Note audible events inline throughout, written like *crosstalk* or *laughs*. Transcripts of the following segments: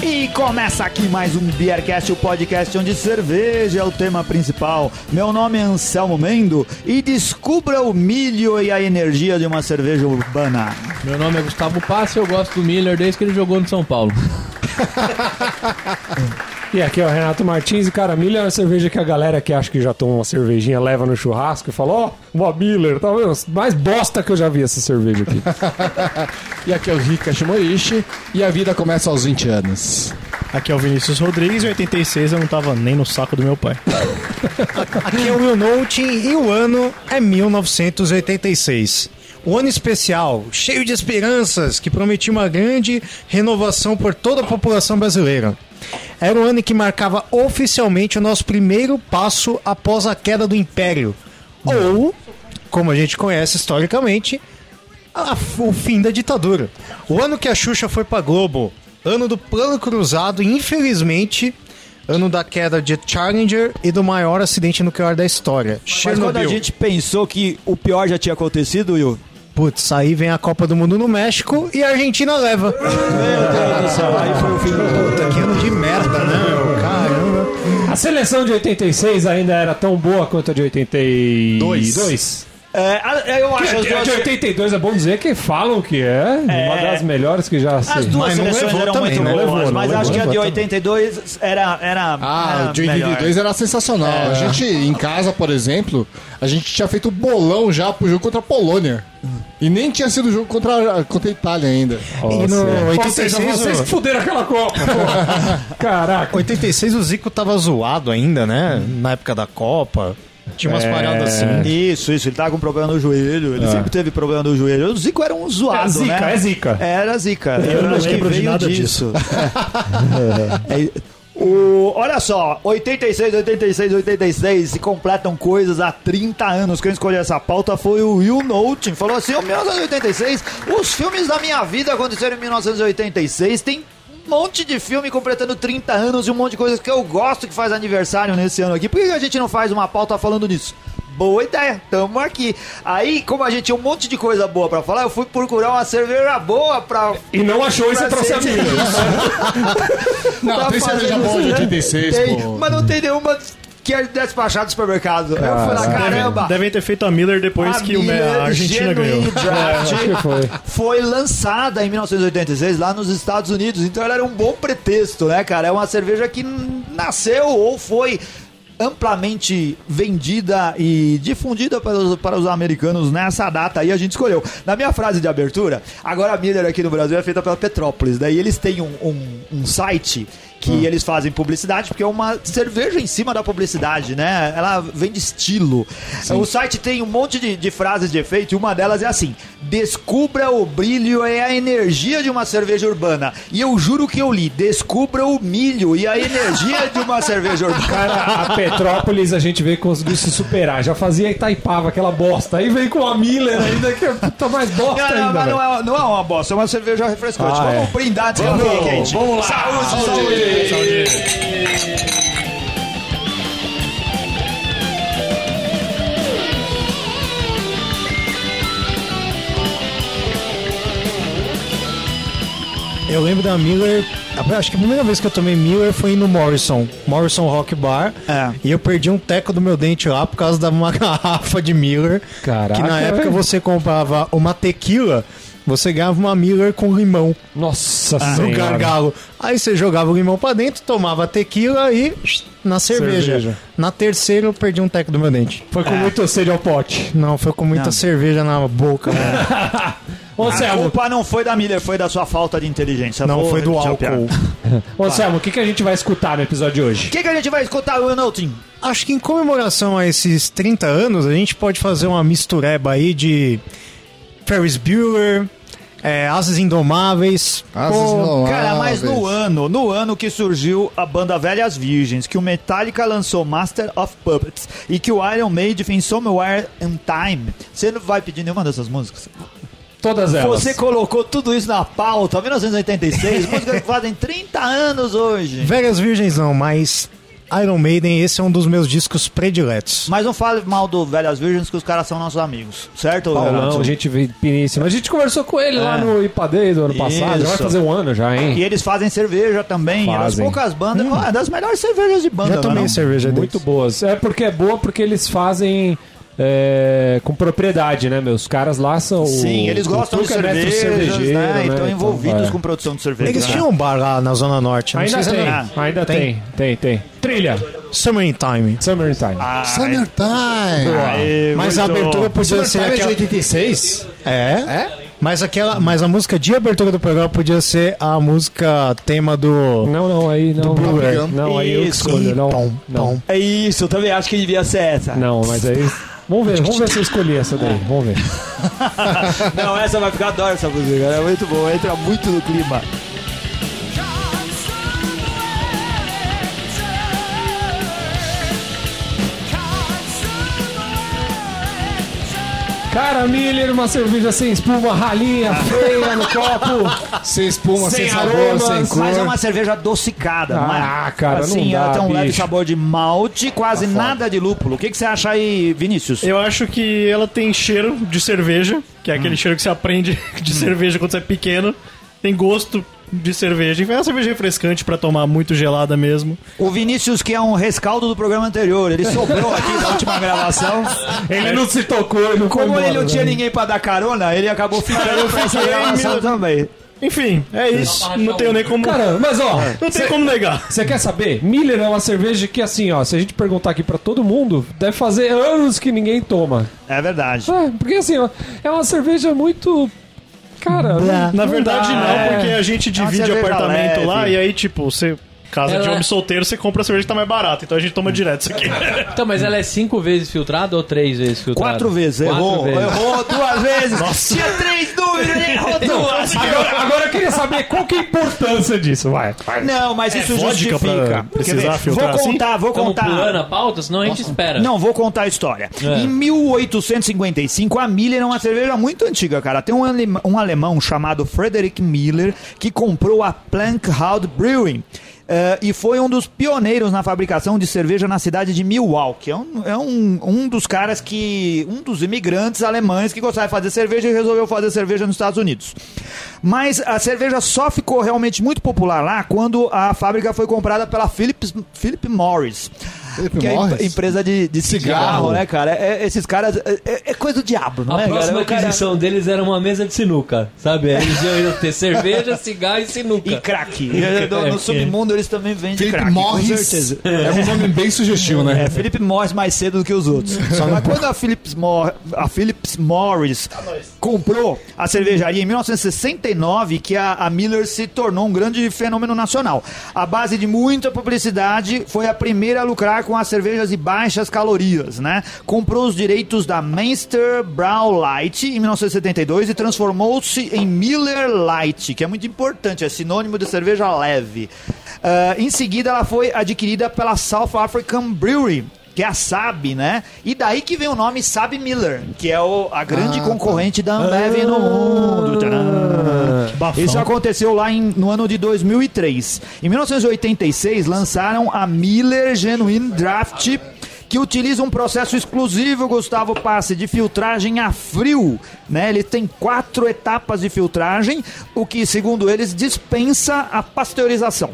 E começa aqui mais um Beercast, o podcast onde cerveja é o tema principal. Meu nome é Anselmo Mendo e descubra o milho e a energia de uma cerveja urbana. Meu nome é Gustavo Passa e eu gosto do Miller desde que ele jogou no São Paulo. E aqui é o Renato Martins e, cara, Miller é uma cerveja que a galera que acha que já toma uma cervejinha leva no churrasco e fala, ó, uma Miller, tá vendo? Mais bosta que eu já vi essa cerveja *laughs* aqui. E aqui é o Rika Shimoishi e a vida começa aos 20 anos. Aqui é o Vinícius Rodrigues, em 86 eu não tava nem no saco do meu pai. Aqui é o Will Note e o ano é 1986. Um ano especial, cheio de esperanças, que prometia uma grande renovação por toda a população brasileira. Era um ano em que marcava oficialmente o nosso primeiro passo após a queda do Império. Ou, como a gente conhece historicamente, a- o fim da ditadura. O ano que a Xuxa foi pra Globo, ano do Plano Cruzado e, infelizmente, ano da queda de Challenger e do maior acidente nuclear da história, Mas quando a Chernobyl. gente pensou que o pior já tinha acontecido, Will, Putz, aí vem a Copa do Mundo no México e a Argentina leva. aí foi o fim do Puta, que ano de merda, né? meu? Caramba. a seleção de 86 ainda era tão boa quanto a de 82. Dois. É, a- eu acho A as de duas, 82 é bom dizer que falam que é, uma das melhores que já as se- duas Mas não seleções levou eram também, muito né? boas, Levou, não mas levou, acho que a de levou 82 era, era Ah, É. era o de melhor. 82 era sensacional. A gente, em casa, por exemplo, a gente tinha feito bolão já pro jogo contra a Polônia. E nem tinha sido jogo contra, a- contra a Itália ainda. Nossa, E no é. Ou seja, 86, vocês o- que fuderam aquela Copa. *laughs* porra. Caraca. 86 o Zico tava zoado ainda, né? Na época da Copa. Tinha É. umas paradas assim. Isso, isso. Ele tava com problema no joelho. Ele sempre teve problema no joelho. O Zico era um zoado, É zica, né? é zica. Era zica. Eu não acho que lembro de veio nada *laughs* É. O, olha só, 86, 86, 86 se completam coisas há 30 anos. Quem escolheu essa pauta foi o Will Note. Falou assim: "Ô, 1986, os filmes da minha vida aconteceram em 1986. Tem um monte de filme completando 30 anos e um monte de coisas que eu gosto que faz aniversário nesse ano aqui. Por que que a gente não faz uma pauta falando nisso? Boa ideia, tamo aqui. Aí, como a gente tinha um monte de coisa boa pra falar, eu fui procurar uma cerveja boa pra. E não achou é isso pra trouxe a ser- minha. Não, pra tem cerveja fazer Tá isso, boa de né? 86, Tem, pô. Mas não tem nenhuma que é despachada do supermercado. Aí eu Ah, falei, caramba. Devem ter feito a Miller depois a que o- Miller a Argentina Genuine ganhou. *laughs* É. Draft Acho que foi. foi lançada em 1986 lá nos Estados Unidos. Então ela era um bom pretexto, né, cara? É uma cerveja que nasceu ou foi amplamente vendida e difundida para os, para os americanos nessa data aí a gente escolheu. Na minha frase de abertura, agora a Miller aqui no Brasil é feita pela Petrópolis, né? E eles têm um, um- um site que Hum. eles fazem publicidade, porque é uma cerveja em cima da publicidade, né? Ela vende estilo. O site tem um monte de, de frases de efeito e uma delas é assim: descubra o brilho e a energia de uma cerveja urbana. E eu juro que eu li: descubra o milho e a energia de *laughs* uma cerveja urbana. Cara, a Petrópolis a gente vê que conseguiu se superar. Já fazia Itaipava, aquela bosta. Aí vem com a Miller ainda, que é puta mais bosta Não, não, ainda. mas velho. não é, não é uma bosta, é uma cerveja refrescante. Ah, vamos é. brindar antes que ela fique quente. Vamos lá. Saúde, saúde. Eu lembro da Miller. a- Acho que a primeira vez que eu tomei Miller foi no Morrison. Morrison Rock Bar. É. E eu perdi um teco do meu dente lá por causa da uma *laughs* garrafa de Miller. Caraca, que na velho. época você comprava uma tequila, você ganhava uma Miller com limão Nossa Ah, Ah, no senhora. gargalo. Aí você jogava o limão pra dentro, tomava a tequila e na cerveja. Cerveja. Na terceira eu perdi um teco do meu dente. Foi É. com muito sede ao pote. Não, foi com muita cerveja na boca. né? mano. Ô, A Selmo, culpa não foi da Miller, foi da sua falta de inteligência. Não, Vou foi do repetir a piada. álcool. ô, Selmo, o que, que a gente vai escutar no episódio de O hoje? que, que a gente vai escutar, Will Nolting? Acho que em comemoração a esses 30 anos, a gente pode fazer uma mistureba aí de Ferris Bueller, é, Asas Indomáveis. Asas Indomáveis. Cara, mas no Talvez. ano, no ano que surgiu a banda Velhas Virgens, que o Metallica lançou Master of Puppets e que o Iron Maiden fez Somewhere in Time, você não vai pedir nenhuma dessas músicas? Todas elas. Você colocou tudo isso na pauta, 1986, músicas que fazem 30 anos hoje. Velhas Virgens não, mas Iron Maiden, esse é um dos meus discos prediletos. Mas não fale mal do Velhas Virgens, que os caras são nossos amigos. Certo, Paulão, Renato? a gente veio piníssimo. A gente conversou com ele lá no Ipadei do ano passado. Já vai É. Isso. fazer um ano já, hein? E eles fazem cerveja também. e das Fazem. poucas bandas. Ah, é das melhores cervejas de banda. Já tomei não é não? cerveja deles. Muito boas. É porque é boa porque eles fazem é, com propriedade, né, meus? Os caras lá são. Sim, o- eles o gostam de Tuca é mestre cervejas, cervejeiro, né? E estão Então, envolvidos é. com produção de cerveja. Eles né? tinham um bar lá na Zona Norte. não Ainda sei se é tem, era- ainda tem. tem, tem, Trilha, Summertime. Summertime. Ah, Summertime! é, Mas a muito- abertura podia ser Summertime é de aquela... 86? É? Mas, aquela, mas a música de abertura do programa podia ser a música tema do... Não, não, aí não. é. Bluer. Não, aí eu que Isso. escolho. Não, Pom, não, pom. É isso, eu também acho que devia ser essa. não, mas aí. Vamos ver, vamos ver se eu escolhi essa daí. Vamos ver. Não, essa vai ficar adoro essa música. É muito boa, entra muito no clima. Cara Miller, uma cerveja sem espuma, ralinha, feia no copo. Sem espuma, sem, Sem sabor, aromas, sem cor. Mas é uma cerveja adocicada. Ah, mas, cara, não assim, dá, ela tem um leve bicho. Tá sabor de malte, quase nada de lúpulo. O que, que você acha aí, Vinícius? Eu acho que ela tem cheiro de cerveja, que é aquele cheiro que você aprende *laughs* de cerveja quando você é pequeno. Tem gosto de cerveja. É uma cerveja refrescante pra tomar muito gelada mesmo. O Vinícius, que é um rescaldo do programa anterior, ele sobrou aqui da *laughs* última gravação. Ele não se tocou, ele não foi Como ele embora, não tinha né? ninguém pra dar carona, ele acabou ficando com essa fiquei, gravação meu- também. Enfim, é isso. Não tenho nem como. Cara, mas ó, não tem cê- como negar. Você quer saber? Miller é uma cerveja que, assim, ó, se a gente perguntar aqui pra todo mundo, deve fazer anos que ninguém toma. É verdade. É, porque, assim, ó, é uma cerveja muito. Cara, né? não- não Na verdade, dá, não, é. porque a gente uma divide cerveja apartamento leve. lá e aí, tipo, você. Casa de Ela- homem solteiro, você compra a cerveja que tá mais barata. Então a gente toma direto isso aqui. Então, mas ela é cinco vezes filtrada ou três vezes filtrada? Quatro vezes, Quatro errou. vezes. Errou duas vezes. Tinha três dúvidas, ele errou duas. Agora, agora eu queria saber qual que é a importância disso, vai. Ah, Não, mas isso vodka pra justifica. precisar Quer ver? filtrar Vou assim? contar, vou Estamos contar. pulando a pauta, senão a gente espera. Não, vou contar a história. É. Em 1855, a Miller é uma cerveja muito antiga, cara. Tem um, alema- um alemão chamado Frederick Miller que comprou a Plankhout Brewing. eh, e foi um dos pioneiros na fabricação de cerveja na cidade de Milwaukee. É, um, é um, um dos caras que. um dos imigrantes alemães que gostava de fazer cerveja e resolveu fazer cerveja nos Estados Unidos. Mas a cerveja só ficou realmente muito popular lá quando a fábrica foi comprada pela Philip, Philip Morris. Philip que é a Morris? em- empresa de, de cigarro, Cigarro. né, cara? É- esses caras. É, é- é coisa do diabo, não é, A cara? próxima O cara- aquisição deles era uma mesa de sinuca, sabe? Eles iam- iam ter cerveja, cigarro e sinuca. E crack. É, No, no É, submundo eles também vendem Felipe crack. Com Morris certeza. é um nome bem sugestivo, né? É, Felipe Morris mais cedo do que os outros. Mas quando a Philips, Mor a Philips Morris comprou a cervejaria em 1969, que a, a Miller se tornou um grande fenômeno nacional. A base de muita publicidade foi a primeira a lucrar com as cervejas de baixas calorias, né? Comprou os direitos da Meister Brown Light em 1972 e transformou-se em Miller Light, que é muito importante, é sinônimo de cerveja leve. Ah, em seguida, ela foi adquirida pela South African Brewery, que é a SAB, né? E daí que vem o nome SAB Miller, que é o- a grande concorrente da Ambev no mundo. Tcharam! Isso aconteceu lá em- no ano de 2003. Em 1986, lançaram a Miller Genuine Draft que utiliza um processo exclusivo, Gustavo Passe, de filtragem a frio. Né? Ele tem quatro etapas de filtragem, o que, segundo eles, dispensa a pasteurização.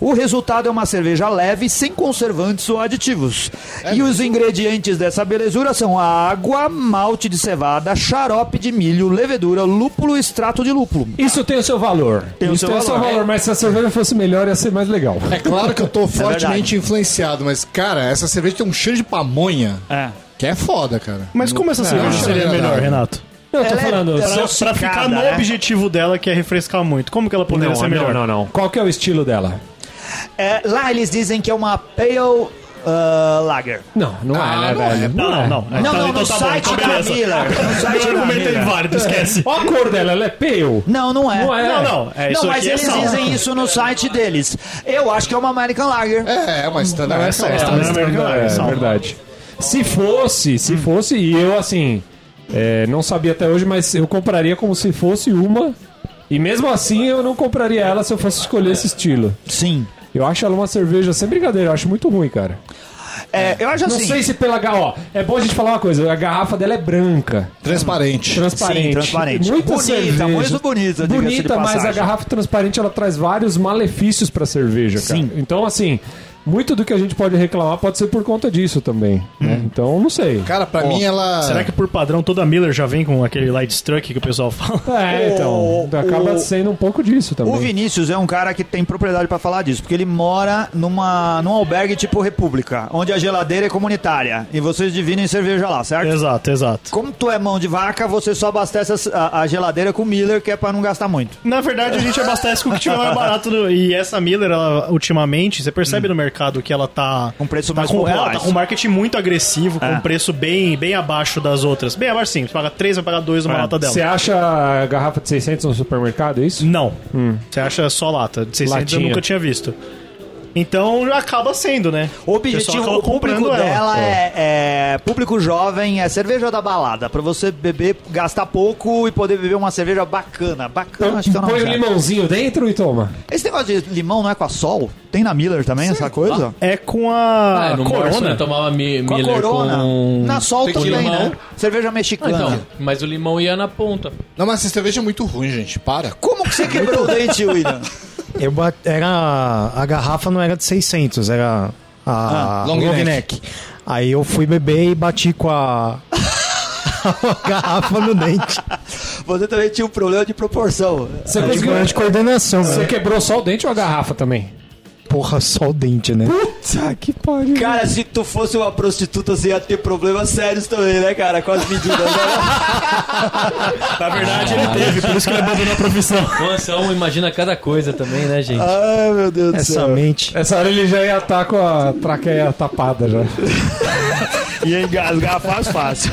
O resultado é uma cerveja leve, sem conservantes ou aditivos. e os ingredientes dessa belezura são água, malte de cevada, xarope de milho, levedura, lúpulo e extrato de lúpulo. Isso tem o seu valor. Tem o Isso seu tem o seu valor. valor, mas se a cerveja fosse melhor, ia ser mais legal. É claro que eu tô fortemente verdade. influenciado, mas, cara, essa cerveja tem um cheiro de pamonha É. que é foda, cara. *laughs* Mas como essa cerveja não. É, seria melhor, Renato? Não, eu tô Ela é- falando. ela é Só pra ficar no né? objetivo dela, que é refrescar muito. Como que ela poderia ser melhor? não, não. Qual que é o estilo dela? É, lá eles dizem que é uma pale ah, lager. Então, tá Não, não Ah, é, né, não é. velho? Não, não, não. Então, tá Não, não, no site da Miller. *laughs* No site Meu da argumento é Miller. inválido, esquece. Ó a cor dela, ela é pale. Não, não é. Não é. Não, não. É, isso não, mas aqui é eles sal. dizem isso no site deles. Eu acho que é uma American Lager. É, é uma standard. É, é, standard. não é melhor que lá, É, é sal. verdade. Se fosse, se fosse, e eu assim, é, não sabia até hoje, mas eu compraria como se fosse uma. E mesmo assim eu não compraria ela se eu fosse escolher esse estilo. Sim. Eu acho ela uma cerveja, sem brincadeira, eu acho muito ruim, cara. É, eu acho Não assim. sei se pela. ga- Ó, é bom a gente falar uma coisa: a garrafa dela é branca, Transparente. transparente. Sim, transparente. Muita Bonita, cerveja. muito bonita, diga-se de Bonita, mas a passagem. garrafa transparente ela traz vários malefícios pra cerveja, cara. Sim. Então, assim, muito do que a gente pode reclamar pode ser por conta disso também. Hum. né? Então, não sei. Cara, pra mim ela. Será que por padrão toda Miller já vem com aquele light struck que o pessoal *laughs* fala? É, então. O- acaba o- sendo um pouco disso também. O Vinícius é um cara que tem propriedade pra falar disso, porque ele mora numa, num albergue tipo República, onde a geladeira é comunitária e vocês dividem cerveja lá, certo? Exato, exato. Como tu é mão de vaca, você só abastece a, a geladeira com Miller, que é pra não gastar muito. Na verdade, a gente abastece com o que tiver mais barato. no- E essa Miller, ela, ultimamente, você percebe no mercado que ela tá. Com preço tá mais com, popular. ela tá com um marketing muito agressivo, com É. um preço bem, bem abaixo das outras. Bem abaixo sim, você paga 3, vai pagar 2 numa É. lata dela. Você acha a garrafa de 600 no supermercado, é isso? Não. Você acha só lata. De 600 eu Latinha. nunca tinha visto. Então acaba sendo, né? O objetivo acaba o público comprando ela. dela é, é público jovem, é cerveja da balada, pra você beber, gastar pouco e poder beber uma cerveja bacana. Bacana, acho que é o nome Põe o certo. limãozinho dentro e toma. Esse negócio de limão não é com a Sol? Tem na Miller também essa coisa? É com a Ah, no Corona? Corona. Eu tomava mi Com a Miller Corona. com... Na Sol com também, limão. né? Cerveja Ah, mexicana. então, mas o limão ia na ponta. Não, mas essa cerveja é muito ruim, gente. Para. Como que você quebrou o dente, William? Eu bat- Era... A garrafa não era de 600, era a Ah, long long, neck. neck. Aí eu fui beber e bati com a, *laughs* a garrafa no dente. Você também tinha um problema de proporção. Você É de conseguiu. problema de coordenação, Você né? quebrou só o dente ou a garrafa também? Porra, só o dente, né? Puta que pariu. Cara, se tu fosse uma prostituta, você ia ter problemas sérios também, né, cara? Com as medidas. né? Na verdade, ele teve, por isso que ele abandonou a profissão. O Anselmo um imagina cada coisa também, né, gente? Ai, meu Deus do Essa mente. Essa hora ele já ia estar com a traqueia tapada já. Ia engasgar faz fácil.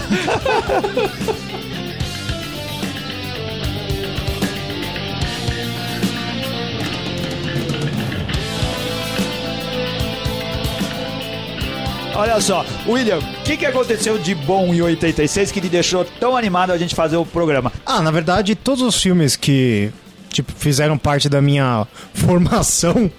Olha só, William, o que, que aconteceu de bom em 86 que te deixou tão animado a gente fazer o programa? Ah, na verdade, todos os filmes que tipo, fizeram parte da minha *laughs* formação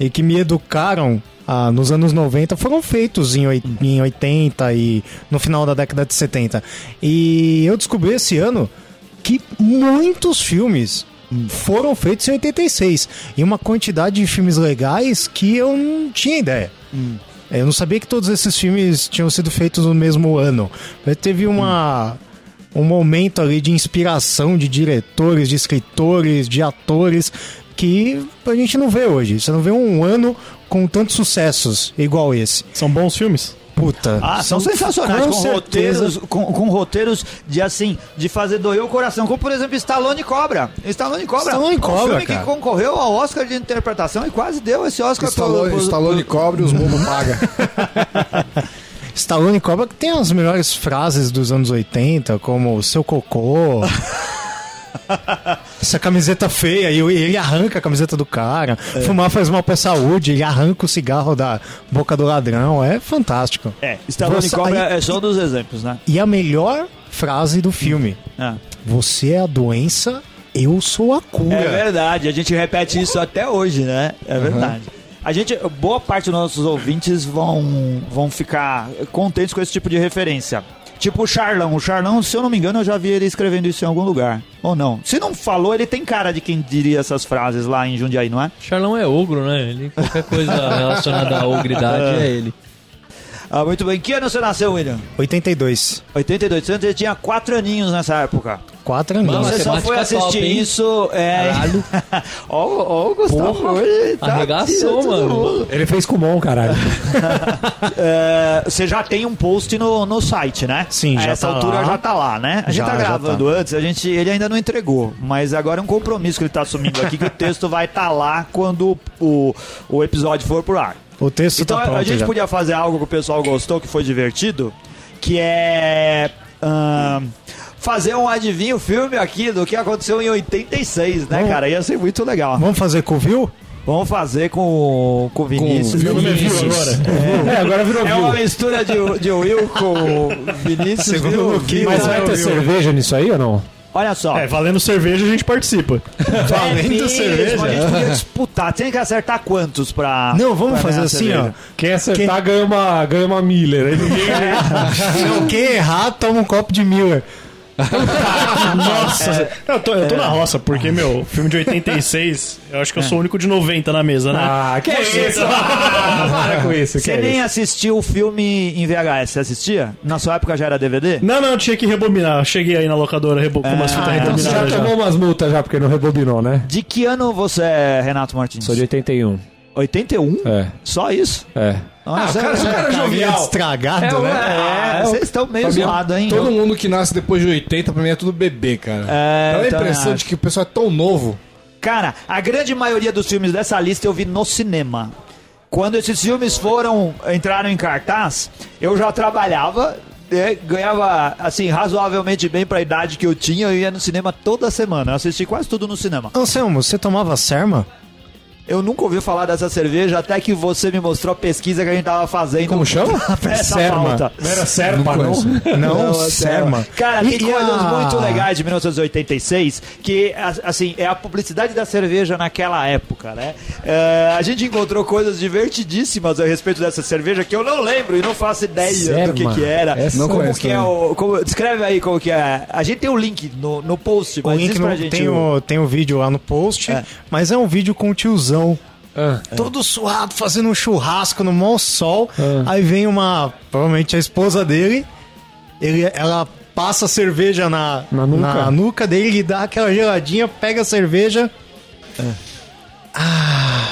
e que me educaram ah, nos anos 90 foram feitos em, oi- em 80 e no final da década de 70. E eu descobri esse ano que muitos filmes foram feitos em 86 e uma quantidade de filmes legais que eu não tinha ideia. É, Eu não sabia que todos esses filmes tinham sido feitos no mesmo ano. Mas teve uma um momento ali de inspiração de diretores, de escritores, de atores que a gente não vê hoje. Você não vê um ano com tantos sucessos igual esse. São bons filmes? Puta. Ah, são sensacionais, com, com certeza. roteiros, com, com roteiros de assim, de fazer doer o coração, como por exemplo Stallone Cobra. Stallone Cobra. Stallone um Cobra, filme cara. que concorreu ao Oscar de interpretação e quase deu esse Oscar pro- Stallone, pro- Stallone cobre, os mundo *laughs* paga. Stallone Cobra que tem as melhores frases dos anos 80, como *laughs* seu cocô. Essa camiseta feia, e ele arranca a camiseta do cara. É. Fumar faz mal pra saúde, ele arranca o cigarro da boca do ladrão. É fantástico. É, Stallone Você- Cobra aí- é só um dos exemplos, né? E a melhor frase do filme: Ah. Você é a doença, eu sou a É cura. verdade, a gente repete isso até hoje, né? É verdade. A gente, boa parte dos nossos ouvintes vão, vão ficar contentes com esse tipo de referência. Tipo o Charlão. O Charlão, se eu não me engano, eu já vi ele escrevendo isso em algum lugar. Ou não. Se não falou, ele tem cara de quem diria essas frases lá em Jundiaí, não é? Charlão é ogro, né? Ele, qualquer coisa relacionada à ogridade é ele. Ah, muito bem. Que ano você nasceu, William? 82. 82. Você tinha quatro aninhos nessa época. Quatro anos. Nossa, você só matemática foi assistir top, hein? isso... É... Caralho. *laughs* Ó, o- ó o Gustavo tá Porra, hoje Arregaçou, tirando todo mundo. mano. Ele fez com mão, caralho. É, você já tem um post no, no site, né? Sim, A já essa tá altura lá. já tá lá, né? A gente Já, tá já gravando antes, a gente, ele ainda não entregou, mas agora é um compromisso que ele tá assumindo aqui, que o texto vai estar lá quando o, o episódio for pro ar. O texto Então tá a- pronto. a gente já. podia fazer algo que o pessoal gostou, que foi divertido, que é. ahn, fazer um adivinho filme aqui do que aconteceu em 86, né, Vamos. cara? Ia ser muito legal. Vamos fazer com o Viu? Vamos fazer com, com o Vinícius. É, agora virou É viu. uma mistura de, de Will com Vinícius. Segundo viu? o Luquinhas. Viu? Mas vai ter cerveja nisso aí ou não? Olha só. É, valendo cerveja a *laughs* gente participa. É mesmo, cerveja? A gente podia disputar. Tem que acertar quantos pra. Não, vamos pra fazer ganhar assim, cerveja? ó. Quem acertar Quem- Ganha, tá, uma, ganha uma Miller. Aí ninguém- Não, quem errar, toma um copo de Miller. Nossa, eu tô, É. eu tô na roça, porque, meu, filme de 86, eu acho que eu sou o único de 90 na mesa, né? *laughs* Ah, que é isso? Ah, para com isso, que Você é nem isso. assistiu o filme em VHS, você assistia? Na sua época já era DVD? Não, não, eu tinha que rebobinar. Cheguei aí na locadora rebo- com umas fitas Ah, Então, Você já rebobinadas já. tomou umas multas já, porque não rebobinou, né? De que ano você é, Renato Martins? Sou de 81. 81? É, Só isso? é. Nossa, cara- Cara Carinha jovial. tá estragado, né? Ah, é, vocês estão meio Fabiano, zoados, hein? Todo mundo que nasce depois de 80, pra mim é tudo bebê, cara. É, Dá eu a também impressão acho. de que o pessoal é tão novo. Cara, a grande maioria dos filmes dessa lista eu vi no cinema. Quando esses filmes foram eh, entraram em cartaz, eu já trabalhava, né, ganhava assim razoavelmente bem pra idade que eu tinha, eu ia no cinema toda semana, eu assisti quase tudo no cinema. Anselmo, Então, você tomava serma? Eu nunca ouvi falar dessa cerveja até que você me mostrou a pesquisa que a gente tava fazendo. *laughs* Como chama? pra essa pauta. Não era serpa, não? Não, Nossa, serma. Cara, E- tem e a- coisas muito legais de 1986 que, a- assim, é a publicidade da cerveja naquela época, né? É, a gente encontrou coisas divertidíssimas a respeito dessa cerveja que eu não lembro e não faço ideia do que, Serma. que era. Essa eu não como conheço que é também. o, como- descreve aí como que é. A gente tem o link no, no post, O mas link diz pra no- gente. tem, o- o, tem o vídeo lá no post, É. mas é um vídeo com o tiozão. Ah. Todo suado, fazendo um churrasco no mau sol. Ah. Aí vem uma. Provavelmente a esposa dele. Ele, ela passa a cerveja na, Na nuca? dele, ele dá aquela geladinha, pega a cerveja. É. Ah,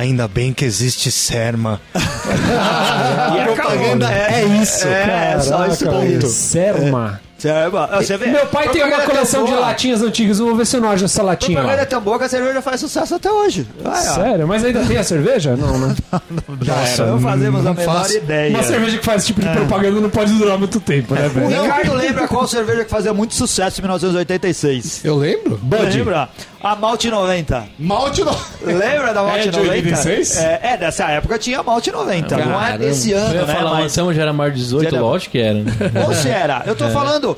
ainda bem que existe serma. e acabou. propaganda é isso, É, só esse Caraca, ponto. Serma. Serma. Ah, você vê? Meu pai tem uma Propaganda coleção tão de boa. latinhas antigas, eu vou ver se eu não acho essa latinha Propaganda é lá. É tão boa que a cerveja faz sucesso até hoje. Vai, ó. Sério? Mas ainda tem a cerveja? Não, né? Nossa, não fazemos a menor faço. ideia. Uma cerveja que faz esse tipo É. de propaganda não pode durar muito tempo, né, O velho? Ricardo lembra qual cerveja que fazia muito sucesso em 1986? Eu lembro. Lembra? A Malte 90. Malte não. *laughs* Lembra da Malte É de 90? 86? É, é, dessa época tinha Malte 90. não é Caramba. desse Eu ano, ia né? falar, o Mas, Anselmo Então já era maior de 18, Já era- lógico que era. né? ou se era? Eu tô falando,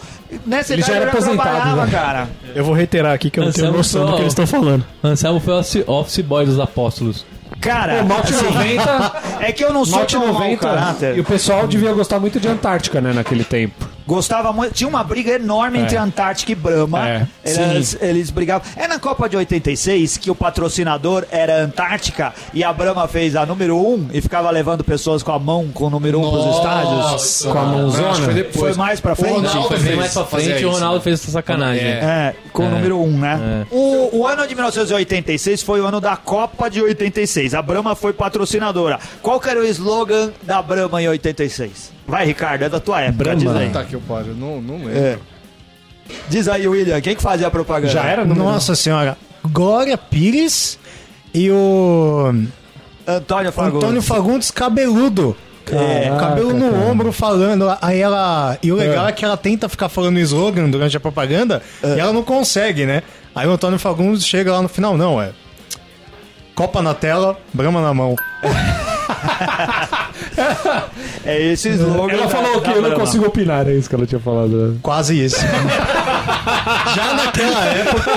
nessa É. Ele idade já eu era já aposentado, trabalhava, né? cara. Eu vou reiterar aqui que eu não tenho Anselmo noção só- do que eles estão falando. Anselmo foi o office- office boy dos apóstolos. Cara, O É, Malte assim, 90, é que eu não sou Malte tão mau 90, caráter. e o pessoal devia gostar muito de Antártica, né, naquele tempo. Gostava muito. Tinha uma briga enorme entre Antártica e Brahma. É, Eles, eles brigavam. É na Copa de 86 que o patrocinador era a Antártica e a Brahma fez a número 1 e ficava levando pessoas com a mão com o número 1 pros estádios. Com a mãozona. Acho que foi depois. Foi mais pra frente? O Foi Ronaldo bem fez mais pra fazer frente e o isso. Ronaldo fez essa sacanagem. É. É, com o número 1, um, né? O, o ano de 1986 foi o ano da Copa de 86. A Brahma foi patrocinadora. Qual que era o slogan da Brahma em 86? Vai, Ricardo, é da tua época. Diz aí. Puta que eu pariu, não, não lembro. É. Diz aí, William, quem que fazia a propaganda? Já era? número- um. Nossa senhora. Glória Pires e o. Antônio Fagundes. Antônio Fagundes cabeludo. É, cabelo no ombro falando, aí ela. E o legal é, que ela tenta ficar falando slogan durante a propaganda e ela não consegue, né? Aí o Antônio Fagundes chega lá no final, não, é. Copa na tela, brama na mão. É esse slogan. Ela da- falou da o quê? Eu não Brahma. consigo opinar, é isso que ela tinha falado. né? Quase isso. Já naquela época.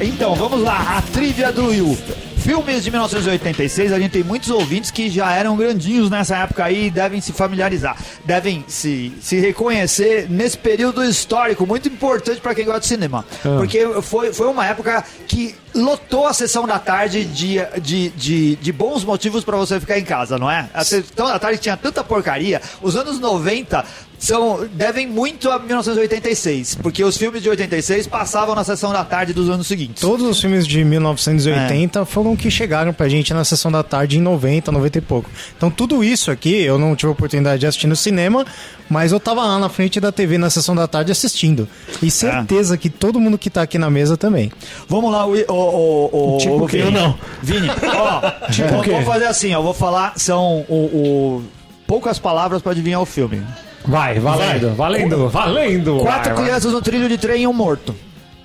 Então, vamos lá. A trivia do Will. Filmes de 1986, a gente tem muitos ouvintes que já eram grandinhos nessa época aí e devem se familiarizar, devem se, se reconhecer nesse período histórico muito importante para quem gosta de cinema. Ah. Porque foi, foi uma época que lotou a sessão da tarde de, de, de, de bons motivos para você ficar em casa, não é? A sessão da tarde tinha tanta porcaria. Os anos 90 são, devem muito a 1986, porque os filmes de 86 passavam na sessão da tarde dos anos seguintes. Então, Todos os filmes de É. 1980 foram que chegaram pra gente na sessão da tarde em 90, 90 e pouco. Então tudo isso aqui eu não tive a oportunidade de assistir no cinema, mas eu tava lá na frente da TV na sessão da tarde assistindo. É. E certeza que todo mundo que tá aqui na mesa também. Vamos lá, o, o, o, Tipo o o quê? Vini. Eu não. Vini, *laughs* ó, tipo, o quê? vou fazer assim, ó, vou falar, são o, o- poucas palavras pra adivinhar o filme. Vai, valendo, valendo, valendo. Quatro vai, vai. crianças no trilho de trem e um morto.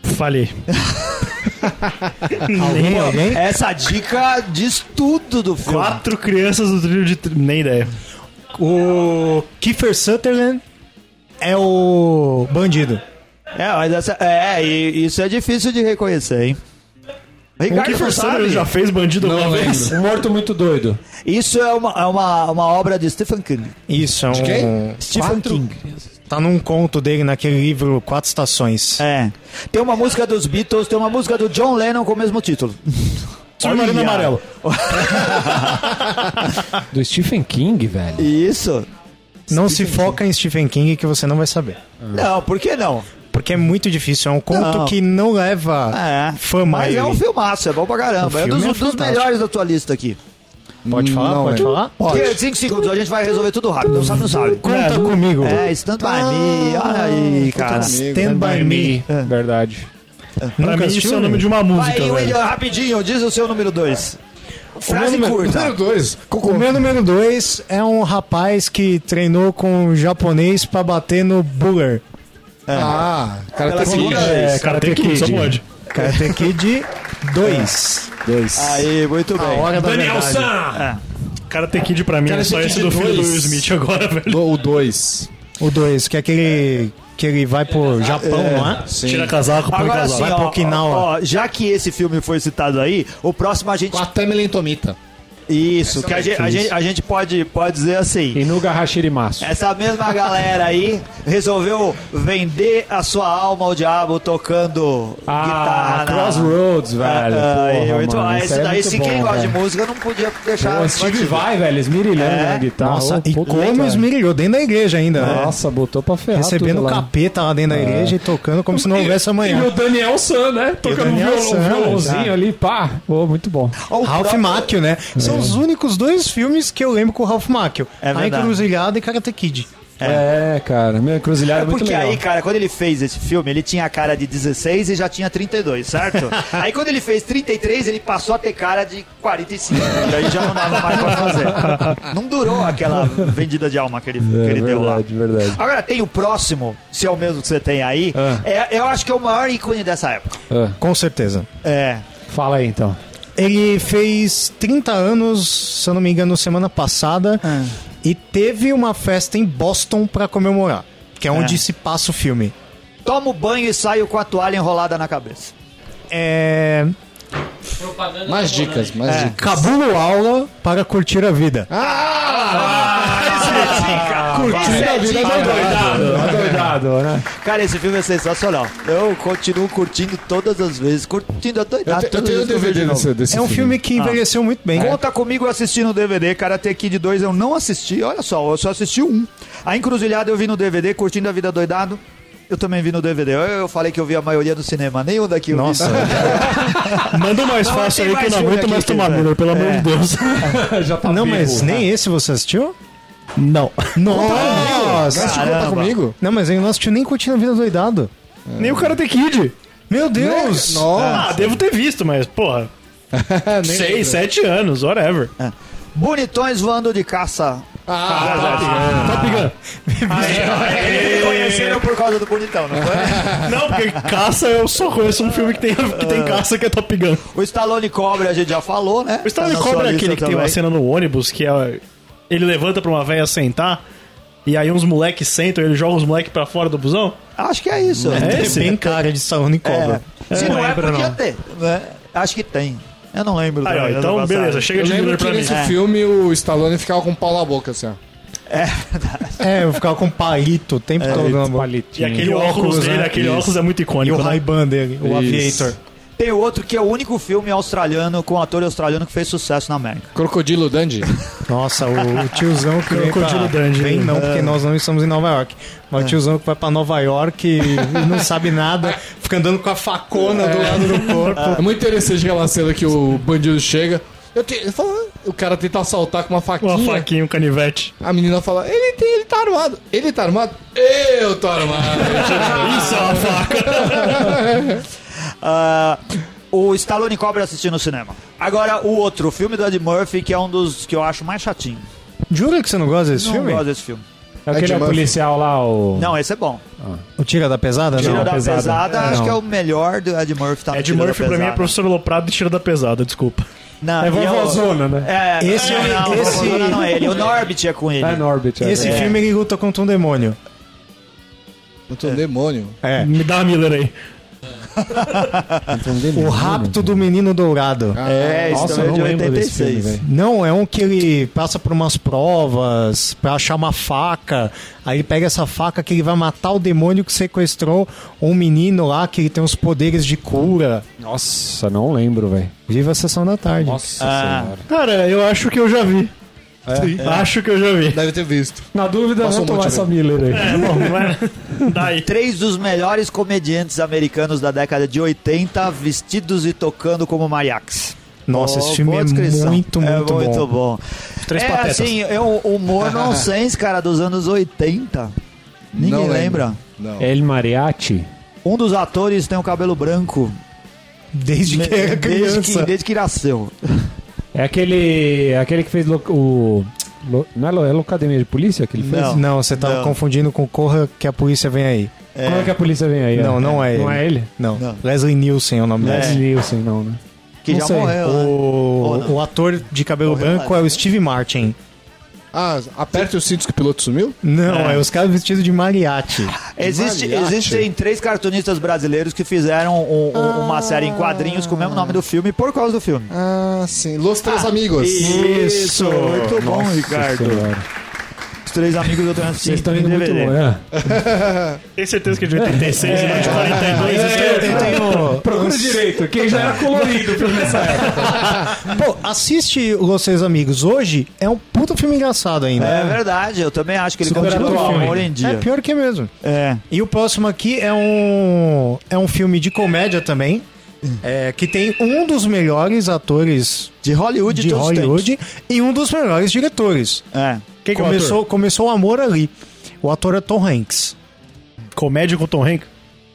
Falei. Alguém, alguém? Essa dica diz tudo do filme. Quatro crianças no trilho de. tri- Nem ideia. O Kiefer Sutherland é o bandido. É, mas essa, é e, isso é difícil de reconhecer, hein? O Ricardo não Kiefer sabe. Sutherland já fez bandido Não alguma vez? lembro. Um morto muito doido. Isso é uma, é uma, uma obra de Stephen King. Isso, é um. quem? Stephen King. Tá num conto dele naquele livro Quatro Estações. É. Tem uma música dos Beatles, tem uma música do John Lennon com o mesmo título. Submarino Amarelo. Do Stephen King, velho. Isso. Não se foca em Stephen King que você não vai saber. Não, por que não? Porque é muito difícil. É um conto Não. que não leva É. fama. a Mas é ele. um filmaço, é bom pra caramba. O É um filme dos, é dos fantástico. melhores da tua lista aqui. Pode falar? Não, pode é. falar? Porque 5 segundos, a gente vai resolver tudo rápido. Não sabe, não sabe. Conta comigo. É, Stand By Me. Olha Ah, aí, cara. Stand by me. Verdade. Pra mim, isso é o nome de uma Vai, música. velho. William, rapidinho, diz o seu número 2. Frase Número- curta. Número 2. O meu número 2 é um rapaz que treinou com um japonês pra bater no Buller. Ah, cara, Pela tá seguindo. segunda É, vez. Karate Kid. Só pode. Karate Kid 2. Dois. Aí, muito bem. é Hora da Daniel verdade. San! Karate Kid pra mim Karate é só Kid esse do filho do dois. Will Smith agora, *laughs* velho. Do- O 2. O 2, que é aquele que ele vai pro Japão, não é? Tira casaco, põe Agora sim, casaco. Vai pra ó, Okinawa. ó, ó, já que esse filme foi citado aí, o próximo a gente. Com a Tamilin Tomita. Isso, que a gente, a gente, a gente pode, pode dizer assim. Inuga Hashirimasu. Essa mesma galera aí resolveu vender a sua alma ao diabo tocando Ah, guitarra. Crossroads, velho. Ah, Porra, eu- então, mano, ah, isso esse aí é daí, muito se bom, quem gosta de velho. música, não podia deixar. Pô, Steve batido. Vai, velho, esmirilhando tá, É. na guitarra. Nossa, Ô, e puta, como velho. esmirilhou dentro da igreja ainda, né? Nossa, botou pra ferrar Recebendo tudo lá. capeta lá dentro da igreja *laughs* e tocando como se não houvesse E o amanhã. Daniel San, né? Tocando um Daniel violão- San, violãozinho exato. ali, pá. Pô, muito bom. Ó, o Ralph próprio- Macchio, né? São os únicos dois filmes que eu lembro com o Ralph Macchio. É a verdade. Encruzilhada e Karate Kid. É, cara. Minha encruzilhada é muito Porque legal. aí, cara, quando ele fez esse filme, ele tinha a cara de 16 e já tinha 32, *laughs* certo? aí quando ele fez 33, ele passou a ter cara de 45. Daí já não dava mais pra fazer. Não durou aquela vendida de alma que ele, que É, ele deu lá. verdade, verdade. Agora tem o próximo, se é o mesmo que você tem aí. Ah. É, eu acho que é o maior ícone dessa época. Ah, Com certeza. É. fala aí, então. Ele fez 30 anos, se eu não me engano, semana passada. E teve uma festa em Boston pra comemorar. Que é onde É. se passa o filme. Tomo banho e saio com a toalha enrolada na cabeça. É. Propaganda Mais dicas, mais dicas. Cabulo aula para curtir a vida. Ah. é assim, Curtir a vida Esse é doidado. Adoidado, né? Cara, esse filme é sensacional. Eu continuo curtindo todas as vezes. Curtindo Ah, até Eu, te- eu tenho o DVD desse, desse É um filme que envelheceu muito bem. Conta comigo assistindo o DVD. Karate Kid 2 eu não assisti. Olha só, eu só assisti um. A Encruzilhada eu vi no DVD, Curtindo a Vida Doidado. Eu também vi no DVD. Eu, eu falei que eu vi a maioria no cinema. Nenhum daqui eu *laughs* Nossa. vi. Manda o mais Não, fácil tem aí que eu mais não filme aguento aqui, mais tomar velho. Miller, pelo amor É. *laughs* de Deus. Já tá Não, vivo. mas nem esse você assistiu? Não. Ah. Nossa! Você tá conta Caramba. comigo? Não, mas ele não assistiu nem curtindo a vida doidado. Nem o Karate Kid. Meu Deus! Ah, Nossa! devo ter visto, mas, porra, Ah, nem- seis, sete anos, whatever. Bonitões voando de caça. tá Ah, Top Gun. Tá Eles me conheceram por causa do bonitão, não *laughs* foi? Não, porque caça eu só conheço um filme que tem, que tem caça que é Top Gun. o Stallone Cobra a gente já falou, né? O Stanley Tá na Cobra sua é aquele lista que tem uma também. cena no ônibus que é. Ele levanta pra uma véia sentar. E aí uns moleques sentam ele joga os moleques pra fora do busão? Acho que é isso. É Tem esse? bem cara de salão e cobra. É. Se Eu não, não é, lembro, podia não. ter. né? Acho que tem. Eu não lembro. Aí, ó, também, dessa então, passagem. beleza, chega Eu de lembro Miller que pra mim. nesse É. filme o Stallone ficava com o pau na boca, assim, ó. É, eu ficava com palito o tempo todo. na mão. E Palitinho. aquele E o óculos, óculos, dele, né? aquele Isso. óculos é muito E o icônico. né? Ray-Ban dele, o Isso. Aviator. Tem outro que é o único filme australiano com um ator australiano que fez sucesso na América. Crocodilo Dandy. Nossa, o, o tiozão que vem Crocodilo pra... Dandy, Vem né? não, porque nós não estamos em Nova York. Mas o tiozão que vai pra Nova York e, e não sabe nada, fica andando com a facona do lado do corpo. É muito interessante aquela cena que o bandido chega. Eu te... ele fala, o cara tenta assaltar com uma faquinha. Uma faquinha, um canivete. A menina fala, ele, tem, ele tá armado. Ele tá armado? Eu tô armado. Isso é uma faca. Ah, o Stallone Cobra assisti no cinema. Agora, o outro, o filme do Ed Murphy, que é um dos que eu acho mais chatinho. Jura que você não gosta desse não filme? gosto desse filme. É aquele Ed Murphy. policial lá, o. Não, esse é bom. O Tira da Pesada? Tiro Não, da pesada. pesada, acho Não. que é o melhor do Ed Murphy. Tá no Ed Tiro da Murphy pra mim é Pesada. professor Loprado e tira da pesada, desculpa. Não, É e o- vovózona, né? É, Esse- não, não, esse- vovózona não é ele. O Norbit é com ele. É Norbit. é. Esse É. filme ele luta contra um demônio. Puta, um demônio. É. Me dá a Miller aí. O Rapto do Menino Dourado. É, isso Nossa, também é eu de não lembro desse 86. filme, velho. Não, é um que ele passa por umas provas pra achar uma faca. Aí ele pega essa faca que ele vai matar o demônio que sequestrou um menino lá que ele tem uns poderes de cura. Nossa, não lembro, velho. Viva a sessão da tarde. Nossa Ah. senhora. Cara, eu acho que eu já vi. Acho que eu já vi. Deve ter visto. Na dúvida, Passou vamos um monte, tomar essa Miller aí. Mas- Daí. Três dos melhores comediantes americanos da década de 80 vestidos e tocando como mariachis. Nossa, Ó, esse filme boa é descrição. muito, muito, É bom. Três é patetas. assim, é um humor nonsense, cara, dos anos 80. Ninguém Não lembra. lembro. Não. El Mariachi. Um dos atores tem o cabelo branco. Desde que era desde, que, criança. desde que nasceu. É aquele. é aquele que fez lo- o. lo- não é, lo- é Locademia de Polícia que ele fez? Não. Não, você tava Não. confundindo com Corra que a polícia vem aí. Como é que a polícia vem aí? Não, não é Não ele. é ele? Não. Não. Leslie Nielsen é o nome É. dela. Leslie Nielsen, não, né? Que Não já sei. morreu. né? Ou O, não. o ator de cabelo Morreu, branco é o Steve Martin. Ah, aperte os cintos que o piloto sumiu? Não, é, os caras vestidos de mariachi. Existe, Mariachi. existem três cartunistas brasileiros que fizeram um- um- uma série em quadrinhos com o mesmo nome do filme por causa do filme. Ah, sim. Los Três Amigos. Isso, muito bom, Ricardo. Senhora. Os três amigos eu tô assistindo. Vocês estão indo em muito DVD. longe. né? É. Tem certeza que é de 86 e não de 42. Eu *laughs* tenho- Procura direito, quem já era colorido pra nessa época. Pô, assiste Los Seus Amigos. Hoje é um puta filme engraçado ainda. um É verdade, eu também acho que ele Super continua atual com humor ainda. em dia. É pior que é mesmo. É. E o próximo aqui é um é um filme de comédia também, é, que tem um dos melhores atores De Hollywood de todos os Hollywood e um dos melhores diretores. tempos. É. Quem que é o começou começou o amor ali. O ator é Tom Hanks. Comédia com Tom Hanks?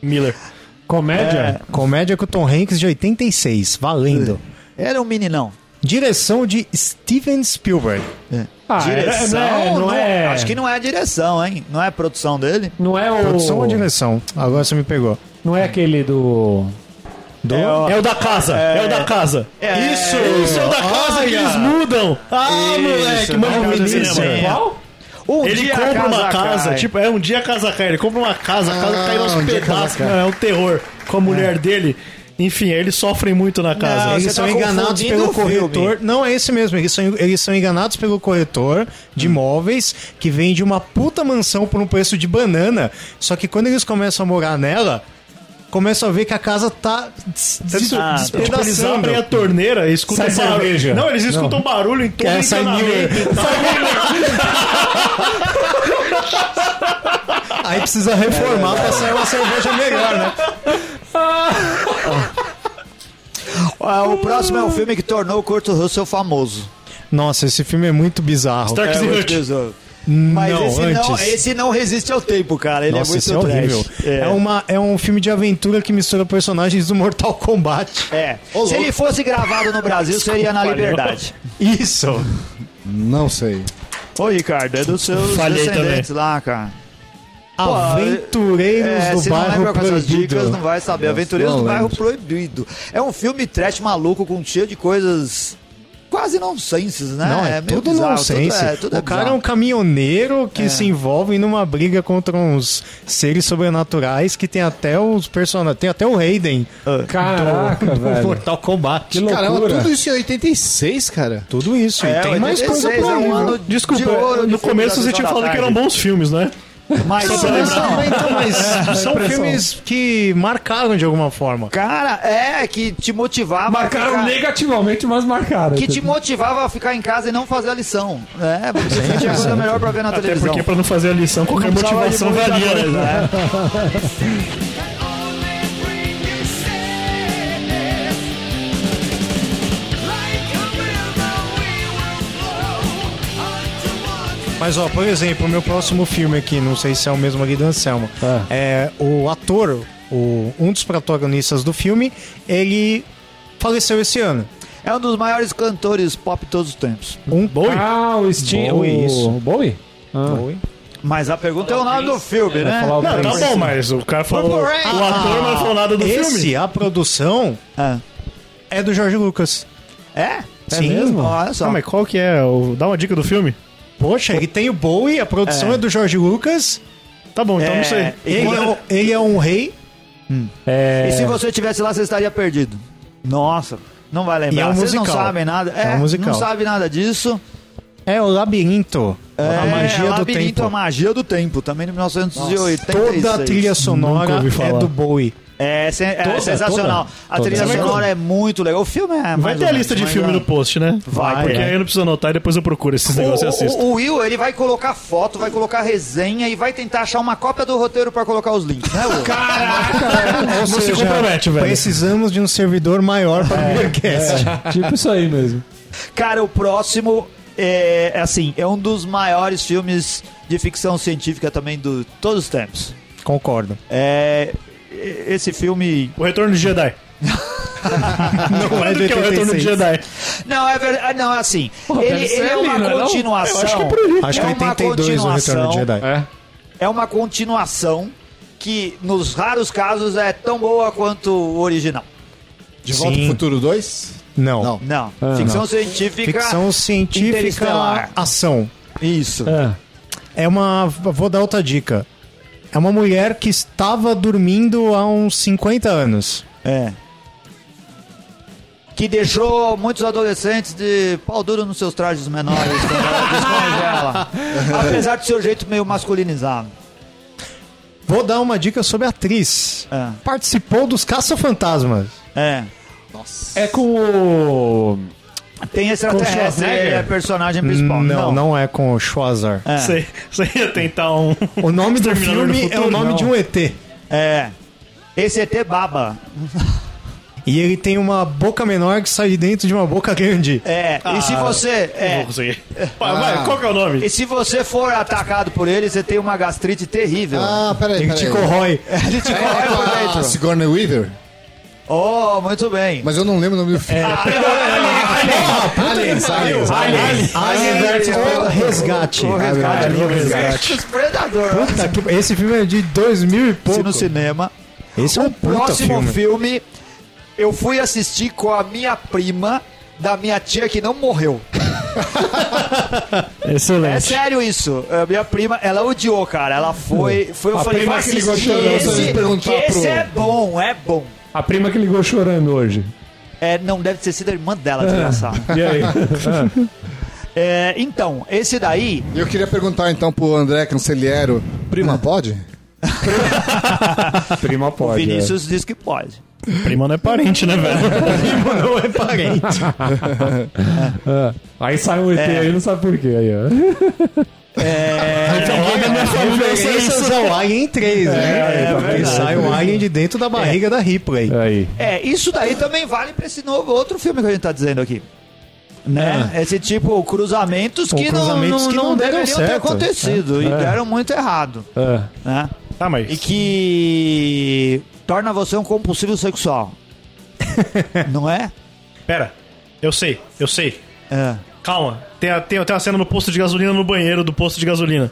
Miller. É. Comédia? Comédia com Tom Hanks de 86, valendo. Era um meninão. Direção de Steven Spielberg. Ah, era- direção? não, é, não, é, Acho que não é a direção, hein? Não é a produção dele? não é o. Produção ou direção? Agora você me pegou. Não é aquele do. Do... É o- É o da casa. É, o da casa. É. Isso! Isso é o da casa que eles mudam. Ah, moleque, mano, Não, o menino, cinema. Qual? Um Ele dia a compra uma casa, cai. tipo, é um dia a casa cai, ele compra uma casa, a casa Ah, cai nos um dia a casa pedaços, cai. mano, é um terror com a mulher dele. Enfim, eles sofrem muito na casa. Não, Eles você são tá enganados confundindo pelo o filme. corretor. Não, é esse mesmo. Eles são, eles são enganados pelo corretor de imóveis que vende uma puta mansão por um preço de banana. Só que quando eles começam a morar nela, começam a ver que a casa tá des- des- Ah, Tipo, eles despedaçando. abrem a torneira e escutam Sai barulho. cerveja. Não, eles escutam barulho em todo É, sai encanamento e tal. *laughs* Aí precisa reformar pra sair uma cerveja melhor, né? Ah, o próximo é o filme que tornou o Kurt Russell famoso. Nossa, esse filme é muito bizarro. Starks É, e o Hutch. tesouro. Não, Mas esse, não, antes. esse não resiste ao tempo, cara. Ele Nossa, isso é é muito horrível. trash. É. uma, é um filme de aventura que mistura personagens do Mortal Kombat. É. Se ele fosse gravado no Brasil, seria na liberdade. Isso. Não sei. Ô, Ricardo, é dos seus Falhei descendentes lá, cara. Aventureiros É, do se não lembra Bairro com essas dicas, né? não Proibido. vai saber. Aventureiros não do Bairro lembro. Proibido. É um filme trash maluco com cheio de coisas quase nonsenses, né? Não, é, meio tudo bizarro, nonsense. Tudo, é, tudo é o cara é bizarro. É. um caminhoneiro que se envolve numa briga contra uns seres sobrenaturais que tem até os personagens. Tem até o Raiden Caraca, do velho. Mortal Kombat. Que loucura. Caramba, tudo isso em 86, cara. Tudo isso. É, e tem mais coisa 86 por é aí. um né? ano Desculpa, é, de ouro no de começo você filme da sessão tinha da falado que eram tarde. bons filmes, né? Mas Só pra não, lembrar. não. Então, mas *laughs* são impressão. filmes que marcaram de alguma forma. Cara, é, que te motivava. a Marcaram ficar- negativamente, mas marcaram. Que te motivava a ficar em casa e não fazer a lição. É, porque você tinha coisa melhor pra ver na Até televisão. porque pra não fazer a lição, qualquer Não precisava de motivação muita valia, né? coisa, né? can only bring you sadness. Like a river, we will flow on towards Mas, ó, por exemplo, o meu próximo filme aqui, não sei se é o mesmo ali do Anselmo, Ah. é o ator, o, um dos protagonistas do filme, ele faleceu esse ano. É um dos maiores cantores pop de todos os tempos. Um Ah, o Steam. Bowie, o... isso. Bowie? Ah. Bowie. Mas a pergunta é o nome do filme, né? Falar o Não, tá Prince. bom, mas o cara falou. O ator não falou nada do Ah, Esse, filme. a produção Ah. é do Jorge Lucas. É? Sim. Olha só. Ah, mas qual que é? o- Dá uma dica do filme. Poxa, e tem o Bowie, a produção é, do Jorge Lucas. Tá bom, então É, não sei. Ele é, quando- um- ele é um rei É, E se você tivesse lá, você estaria perdido. Nossa, não vai lembrar. E é um Vocês não musical. sabem nada. É É, um musical. não sabe nada disso. é o labirinto. a É, magia do Labirinto, tempo. A magia do tempo, também de 1986. Toda a trilha Nunca sonora ouvi é falar. do Bowie. É, sen- é Toda, sensacional. toda, a toda. trilha Você vai sonora é muito legal. O filme é mais Vai ter ou a menos, lista de mas filme é- no post, né? Vai, Porque é. aí eu não preciso anotar e depois eu procuro esses negócios e O, assisto. o- o Will, ele vai colocar foto, vai colocar resenha e vai tentar achar uma cópia do roteiro pra colocar os links, né, Will? Ou Não se É, compromete, velho. É, Precisamos de um servidor maior para o podcast. Tipo isso aí mesmo. *laughs* Cara, o próximo é, é assim, é um dos maiores filmes de ficção científica também de todos os tempos. Concordo. É, e- esse filme. O Retorno de Jedi. Não Mas do que é o Retorno de Jedi? Não, é verdade. Não, é assim. deve ele ser ele é ali, uma não é não? continuação. Eu acho que é por Acho que É é uma 82 o Retorno continuação. de Jedi. É. É uma continuação que, nos raros casos, é tão boa quanto o original. De Volta Sim. pro Futuro 2? Não. Não. Não. ficção científica. Ficção científica Interestelar. ação. Isso. É. É uma. Vou dar outra dica. É uma mulher que estava dormindo há uns 50 anos. É. Que deixou muitos adolescentes de pau duro nos seus trajes menores. quando ela descongela. Apesar do seu jeito meio masculinizado. Vou dar uma dica sobre a atriz. É. Participou dos Caça-Fantasmas. É. É com o. Tem Com extraterrestre, Schwarzenegger? ele é personagem principal. Não, não, é com o Schwarzer. É. Você você ia tentar um. O nome do Exterminador do filme é o Futuro? nome Não. de um ET. É. Esse ET baba. E ele tem uma boca menor que sai de dentro de uma boca grande. É. e se você. Não É, vou conseguir. Vai, Ah. vai, qual que é o nome? e se você for atacado por ele, você tem uma gastrite terrível. Ah, peraí, Ele peraí. te É. corrói. Ele te corre por Ah, dentro. Sigourney Weaver? Oh, muito bem. Mas eu não lembro o nome do filme. Aliens, Aliens, Aliens. Alien versus Pre- Resgate. O resgate, Alien o versus resgate. Predador. Puta que- Esse filme é de 2000 e Se pouco. no cinema. Esse é um puta Próximo filme. filme, eu fui assistir com a minha prima da minha tia que não morreu. É Excelente. sério isso. A minha prima, ela odiou, cara. Ela foi. foi eu A falei, prima vai que assistir. ligou chorando, você Esse, perguntar esse pro- é bom, é bom. A prima que ligou chorando hoje. É, não deve ter sido a irmã dela, desgraçada. E *laughs* aí? É, então, esse daí. Eu queria perguntar então pro André Canceliero. Prima, pode? Ah, prima O pode. é. Vinícius diz que pode. Prima não é parente, né, *laughs* velho? Primo não é parente. Ah, Aí sai um ET aí, não sabe por quê. Aí, ó. É, É, Referências ao Alien 3, né? é Porque verdade. sai um Alien de dentro da barriga da Ripley. Aí. É, isso daí também vale pra esse novo outro filme que a gente tá dizendo aqui. Né? Esse tipo, cruzamentos, que, Ah. não, cruzamentos não, que não, não deram deveriam ter certo. acontecido. E É. deram muito errado. Ah, Né? Tá, mas. E que torna você um compulsivo *laughs* sexual. não é? Pera. Eu sei, eu sei. É. Calma. Tem, a, tem, tem uma cena no posto de gasolina, no banheiro do posto de gasolina.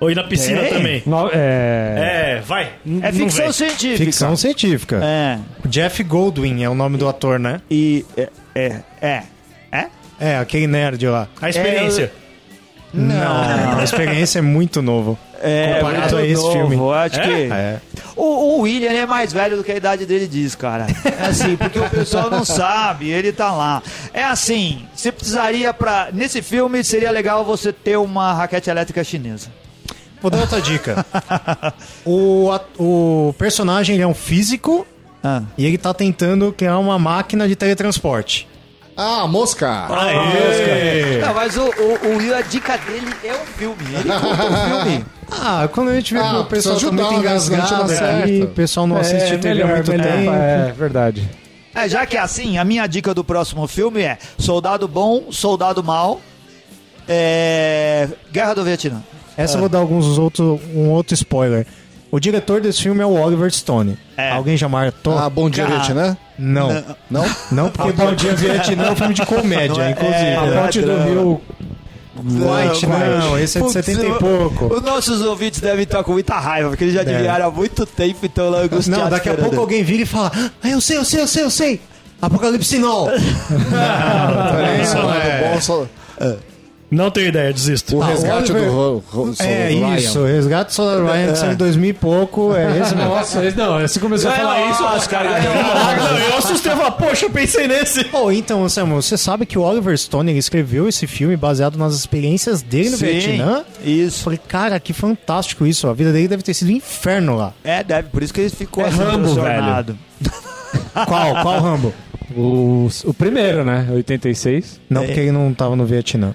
Ou e na piscina Tem? também. no- é... É, vai. N- É não ficção vem. científica. Ficção científica. É. Jeff Goldwyn é o nome do ator, né? E. É. É. é. É? É, aquele nerd lá. A experiência. Não, a experiência é muito novo. É, Comparado muito a esse novo, filme. eu Acho É? que É. O, o William é mais velho do que a idade dele diz, cara. É assim, porque o pessoal não sabe, ele tá lá. É assim, você precisaria pra. Nesse filme seria legal você ter uma raquete elétrica chinesa. Vou dar outra dica. o, at- o personagem ele é um físico Ah. e ele tá tentando criar uma máquina de teletransporte. Ah, Mosca. Não, mas o, o, o Will, a dica dele é o filme. Ele conta o filme. Ah, quando a gente vê Ah, que o pessoal precisa tá muito ajudar, né? Senão a engasgado gente não aí, acerta. o pessoal não assiste TV há muito tempo. É, verdade. É, já que é assim, a minha dica do próximo filme é Soldado Bom, Soldado Mal. É... Guerra do Vietnã. Ah. Essa eu vou dar alguns dos outros, um outro spoiler. O diretor desse filme é o Oliver Stone. É. Alguém já marcou? Ah, bom dia, Cara. Vietnã. não. *laughs* Não? Não, porque Bom Dia Vietnã é um filme de comédia, inclusive. é, A morte do drama. Rio White, não, esse é de né? Putz, 70 e o- pouco. Os nossos ouvintes devem estar com muita raiva, porque eles já adivinharam há muito tempo e estão lá angustiados. Não, daqui a esperando. pouco alguém vira e fala: Ah, eu sei, eu sei, eu sei, eu sei. Apocalipse Now. É, mano, o Bolso- Não tenho ideia, desisto. o Ah, resgate Oliver- do Ro, Ro, É Ryan. isso, Resgate Solar Ryan saiu em 2000 e pouco. É esse mesmo. Nossa, não, é, você começou a falar isso, Nossa, cara, eu assustei, mas, poxa, eu pensei nesse. Oh, então, Samuel, você sabe que o Oliver Stone ele escreveu esse filme baseado nas experiências dele no Sim, Vietnã? Isso. Falei, cara, que fantástico isso. A vida dele deve ter sido um *laughs* inferno lá. É, deve, por isso que ele ficou É assim, Rambo, transtornado. Qual? Qual Rambo? O, o primeiro, né? 86. Não, porque ele não tava no Vietnã.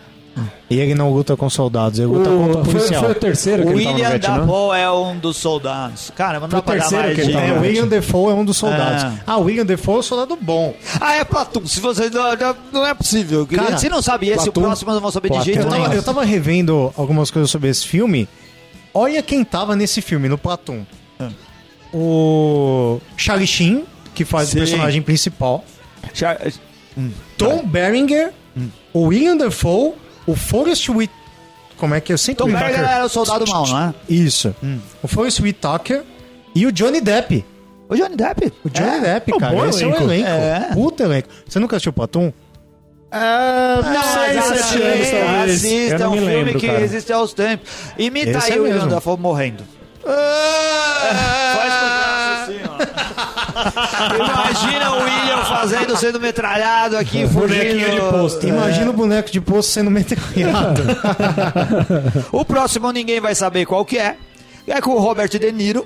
E ele não luta com soldados, ele luta contra O, foi, policial. foi o terceiro que O ele tava no William Vietnã. Dafoe é um dos soldados. Cara, mas não dá Foi pra dar o terceiro mais que ele de- tava É, no o William Defoe é um dos soldados. É. Ah, o William Defoe é um soldado bom. Ah, é Platum. Se você não, não- não é possível. Cara, é Se não sabe esse, Platum- o próximo eu não vou saber de Platum- jeito Eu nenhum. tava, eu tava revendo algumas coisas sobre esse filme. Olha quem tava nesse filme, no Platum. Ah. O Charlie Sheen, que faz Sim. o personagem principal. Char- Tom Berenger, Hum. o William Dafoe, o Forrest Whit... Como é que eu sempre Tom lembro? Berger era o soldado mau, não é? Isso. O Forrest Whitaker e o Johnny Depp. O Johnny Depp. O Johnny É. Depp, um cara. bom Esse é um elenco. elenco. É. Puta elenco. Você nunca assistiu Ah, o Platum? Ah, Não, é seis, mas sete assiste, anos, talvez. assiste, Eu é não um me filme lembro, que cara. resiste aos tempos. Imita Esse é aí o William mesmo. Dafoe morrendo. assim, Imagina o William fazendo, sendo metralhado aqui, Bonequinho de fugindo. posto. Imagina o boneco de poço sendo *laughs* metralhado. O próximo ninguém vai saber qual que é. É com o Robert De Niro,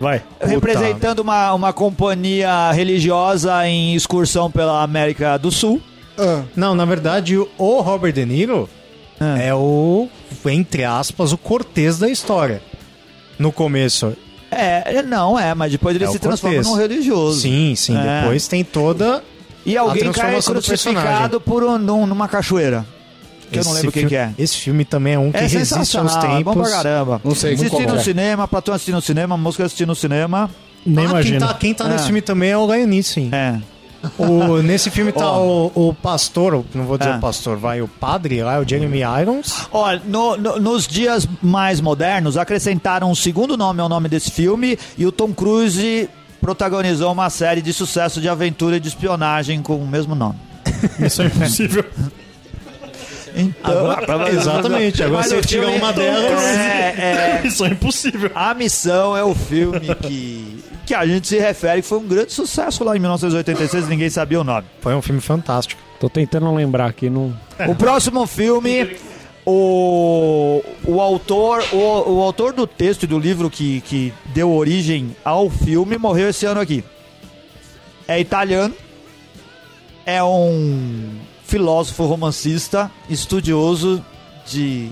Vai. representando uma, uma companhia religiosa em excursão pela América do Sul. Não, na verdade, o Robert De Niro Ah. é o, entre aspas, o cortês da história. No começo. É, não é, mas depois ele É o se transforma Cortez. num religioso. Sim, sim. É. Depois tem toda. E alguém A cai transformação do crucificado por um, num- numa cachoeira. Que eu não esse lembro o que, filme- que é. Esse filme também é um que É resiste aos sensacional, é bom pra tempos. caramba. Não sei, não Assistindo no coloco. cinema, Platão assistindo no cinema, música assistindo no cinema. Nem ah, quem imagino. tá, quem tá nesse É. filme também é o Laianice. É. O, nesse filme tá o, o pastor, o- não vou dizer Ah. o pastor, vai o padre lá, o Jeremy Irons. Olha, no- no- nos dias mais modernos, acrescentaram um segundo nome ao nome desse filme e o Tom Cruise protagonizou uma série de sucesso de aventura e de espionagem com o mesmo nome. Isso é impossível. Então, *laughs* exatamente, agora Mas você o tira filme- uma delas. É, é, *laughs* Isso é impossível. A Missão é o filme que, que a gente se refere, que foi um grande sucesso lá em 1986, ninguém sabia o nome. Foi um filme fantástico. Tô tentando lembrar aqui, não... O próximo filme, o, o autor o, o autor do texto e do livro que, que deu origem ao filme morreu esse ano aqui. É italiano, é um filósofo romancista, estudioso de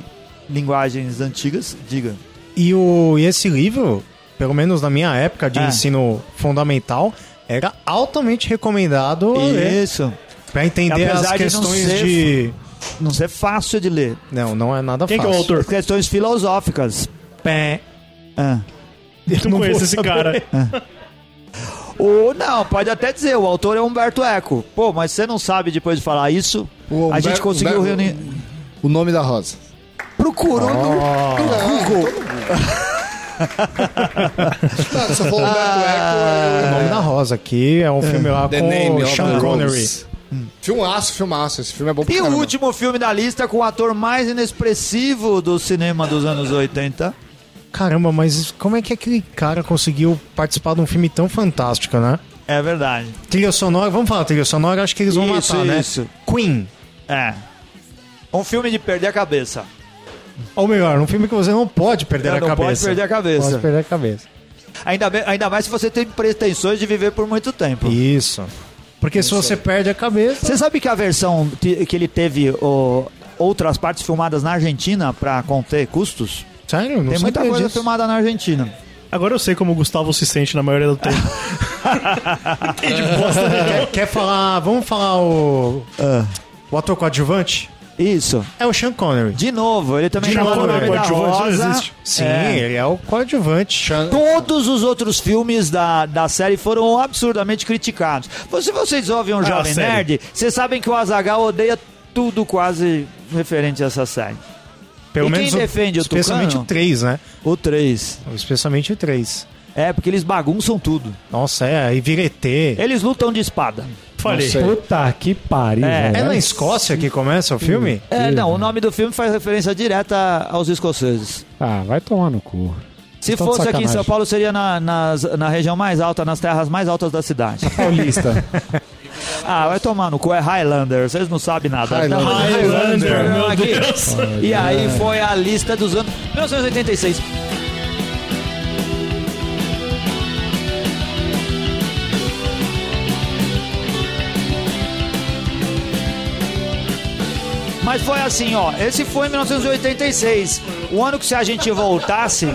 linguagens antigas, diga. E, o, e esse livro, pelo menos na minha época de Ah. ensino fundamental, era altamente recomendado ler, Isso. pra entender as Apesar de não questões ser- de. Não ser fácil de ler. Não, não é nada Quem que é o *laughs* fácil. autor? Questões filosóficas. Pé. Ah. Eu não, conheço esse cara. O, não, pode até dizer, o autor é Humberto Eco. Pô, mas você não sabe depois de falar isso. O a gente Humber- conseguiu Humber- reunir. O nome da rosa. Procurou no. Tá, você falou O Humberto Eco. nome da Rosa, que é um filme lá The com Name o of Sean the Connery. Rose. Hum. Filmaço, filmaço. Esse filme é bom pra E o caramba. último filme da lista com o ator mais inexpressivo do cinema dos anos 80. Caramba, mas como é que aquele cara conseguiu participar de um filme tão fantástico, né? É verdade. Trilha sonora, vamos falar trilha sonora, acho que eles vão Isso, matar, isso. né? Queen. É. Um filme de perder a cabeça. Ou melhor, um filme que você não pode perder É, Não, a não cabeça. pode perder a cabeça. Pode perder a cabeça. Ainda, bem- ainda mais se você tem pretensões de viver por muito tempo. Isso. Porque se você perde a cabeça. Você sabe que a versão te- que ele teve o, outras partes filmadas na Argentina pra conter custos? Sério, não Tem muita sabia coisa disso. filmada na Argentina. Agora eu sei como o Gustavo se sente na maioria do tempo. é- *laughs* Quer, quer falar. Vamos falar o. Ah. O ator coadjuvante? Isso. É o Sean Connery. De novo, ele também De não novo, é o nome da né? Coadjuvante não Rosa. existe. Sim, É. ele é o coadjuvante. Chan- Todos os outros filmes da, da série foram absurdamente criticados. Se vocês ouvem Ah, um Jovem sério. Nerd, vocês sabem que o Azagal odeia tudo quase referente a essa série. Pelo E quem menos defende o especialmente Tucano? o 3, né? O 3. Especialmente o 3. É, porque eles bagunçam tudo. Nossa, é, aí vira ET. É, Eles lutam de espada. Falei. Não sei. Puta que pariu. É, velho. na Escócia que começa o filme? É, não, o nome do filme faz referência direta aos escoceses. Ah, vai tomar no cu. Se Tá de fosse aqui em sacanagem. São Paulo, seria na, nas- na região mais alta, nas terras mais altas da *laughs* cidade. Paulista. Ah, vai tomar no cu, é Highlander, vocês não sabem nada. Highlander. Tá fazendo Highlander, programa meu aqui. Deus. E aí foi a lista dos anos 1986. Mas foi assim, ó. Esse foi em 1986. O ano que se a gente voltasse,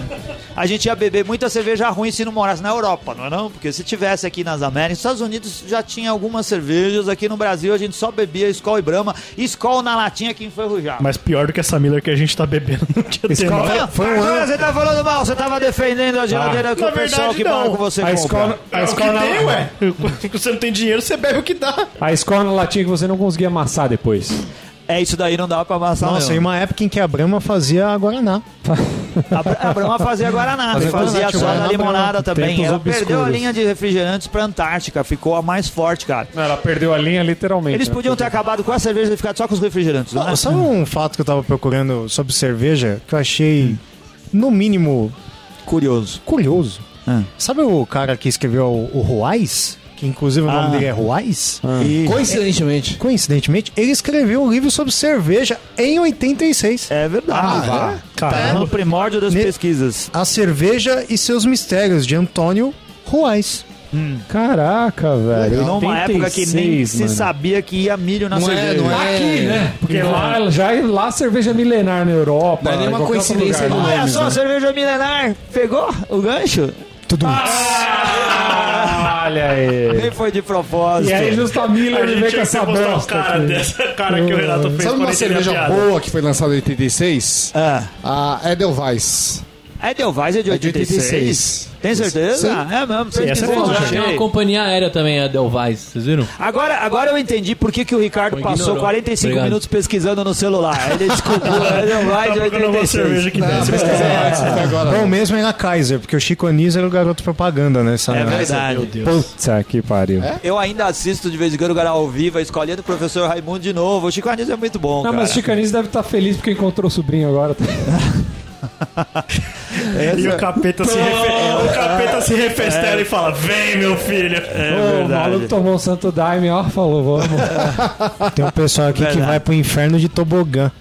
a gente ia beber muita cerveja ruim se não morasse na Europa, não é não? Porque se tivesse aqui nas Américas, nos Estados Unidos já tinha algumas cervejas. Aqui no Brasil a gente só bebia Skol e Brahma. Skol na latinha que enferrujava. Mas pior do que essa Miller que a gente tá bebendo *laughs* no dia Escola- anterior. Não, Arthur, Você tá falando mal, você tava defendendo a geladeira que na o pessoal verdade, que mora não. com você A compra. escola, a, É o que escola tem, na, ué. *laughs* Quando você não tem dinheiro, você bebe o que dá. a escola na latinha que você não conseguia amassar depois. É isso daí, não dava pra amassar Nossa, não. em uma época em que a Brahma fazia a Guaraná. A Bra- A Brahma fazia Guaraná, fazia, Guaraná, tinha só da Guaraná, limonada Brahma. também. Tempos Ela perdeu a obscuros. linha de refrigerantes pra Antártica, ficou a mais forte, cara. Ela perdeu a linha literalmente. Eles né? podiam ter acabado com a cerveja e ficado só com os refrigerantes, não é? Não, sabe um fato que eu tava procurando sobre cerveja que eu achei, no mínimo, Curioso. curioso? Ah. Sabe o cara que escreveu o, o Ruais? Que inclusive o nome Ah. dele é Ruais? E- Coincidentemente. Coincidentemente, ele escreveu um livro sobre cerveja em 86. É verdade. Ah, Tá no primórdio das Ne- pesquisas. A Cerveja e Seus Mistérios, de Antônio Ruais. Caraca, velho. Numa época que nem 86, se mano. sabia que ia milho na Não é, cerveja. não é. Aqui, né? Porque lá, já, lá a cerveja é milenar na Europa. Não é nenhuma em qualquer outro coincidência lugar. do Olha Nomes, só, né? cerveja milenar. Pegou o gancho? Ah! Tudo Olha aí. Nem foi de propósito. E aí justo a Miller vem com essa bosta. aqui. dessa cara que o Renato fez Sabe uma entender a cerveja é piada. boa que foi lançada em 86? Ah, A Edelweiss. Edelweiss é de É de 86. 86. Tem certeza? Sim. É mesmo. Sim, essa é boa. Tinha uma companhia aérea também, a Delvais, vocês viram? Agora, agora eu entendi por que, que o Ricardo Foi passou ignorou. 45 Obrigado. minutos pesquisando no celular. Ele *laughs* descobriu a Edelweiss de Tá procurando uma cerveja 86. que desce. Agora, Bom mesmo era Kaiser, porque o Chico Anísio era o garoto propaganda, né? sabe? É Ah, verdade. Puta que pariu. É? Eu ainda assisto de vez em quando o cara ao vivo, escolhendo o professor Raimundo de novo. O Chico Anísio é muito bom, Não, cara. Ah, mas o Chicanis deve estar feliz porque encontrou o sobrinho agora. E o Essa- capeta se, refe... é, o capeta se refestela e fala: Vem, meu filho. *laughs* É. Ô, o verdade. maluco tomou um santo daime, ó, falou, vamos. Tem um pessoal aqui que Verdade. vai pro inferno de tobogã.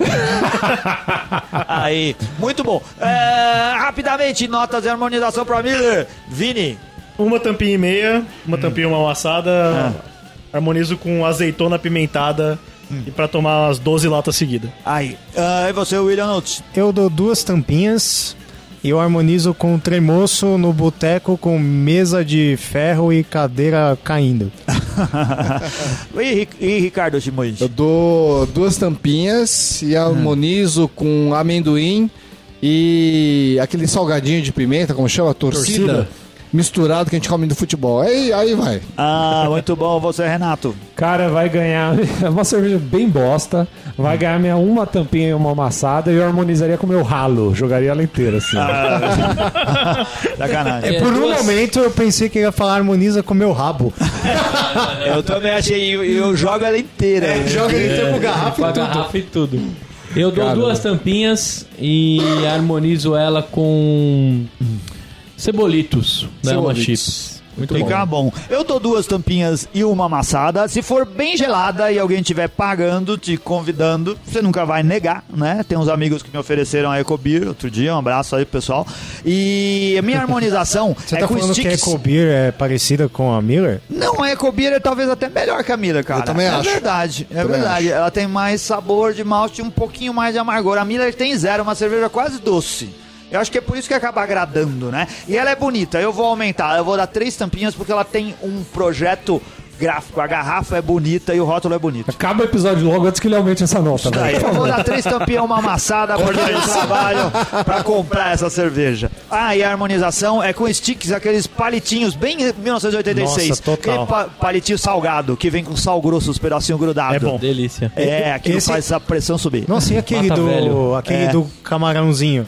Aí, muito bom. É, rapidamente, notas de harmonização pra Miller. Vini, Uma tampinha e meia, uma tampinha e uma Ah. amassada. Harmonizo com azeitona pimentada e pra tomar umas 12 latas seguidas. aí. Ah, e você, William Nuts? Eu dou duas tampinhas e eu harmonizo com tremoço no boteco com mesa de ferro e cadeira caindo. E, Ri- e Ricardo Simões? eu dou duas tampinhas e Ah. harmonizo com amendoim e aquele salgadinho de pimenta, como chama? Torcida. Misturado que a gente come do futebol. Aí, aí vai. Ah, muito bom. Você, Renato? Cara, vai ganhar é uma cerveja bem bosta. Vai ganhar minha uma tampinha e uma amassada e eu harmonizaria com o meu ralo. Jogaria ela inteira, assim. Sacanagem. Por um É duas- É momento eu pensei que ia falar harmoniza com meu rabo. É, Eu também achei. Eu, eu jogo ela inteira. né? Joga ele tempo Com a garrafa garrafa e tudo. Eu dou duas tampinhas e harmonizo ela com cebolitos né? da Elma Chips. Muito Fica bom. Eu dou duas tampinhas e uma amassada. Se for bem gelada e alguém estiver pagando, te convidando, você nunca vai negar, né? Tem uns amigos que me ofereceram a Ecobir outro dia. Um abraço aí, pro pessoal. E a minha harmonização *laughs* Você é tá com falando que a sticks. Ecobir é parecida com a Miller? Não, a Ecobir é talvez até melhor que a Miller, cara. Eu também é acho. verdade, é Também verdade. Ela tem mais sabor de malte e um pouquinho mais de amargor. A Miller tem zero, uma cerveja quase doce. Eu acho que é por isso que acaba agradando, né? E ela é bonita, eu vou aumentar, eu vou dar três tampinhas porque ela tem um projeto gráfico. A garrafa é bonita e o rótulo é bonito. Acaba o episódio logo antes que ele aumente essa nota. Tá aí, velho. eu vou dar três tampinhas, uma amassada por todo o trabalho pra comprar essa cerveja. Ah, e a harmonização é com sticks, aqueles palitinhos, bem 1986. Nossa, total. E pa- palitinho salgado, que vem com sal grosso, os pedacinhos grudados. É bom. Delícia. É, aquilo Esse- faz a pressão subir. Nossa, e aquele Hum, Mata do. velho. Aquele É. do camarãozinho.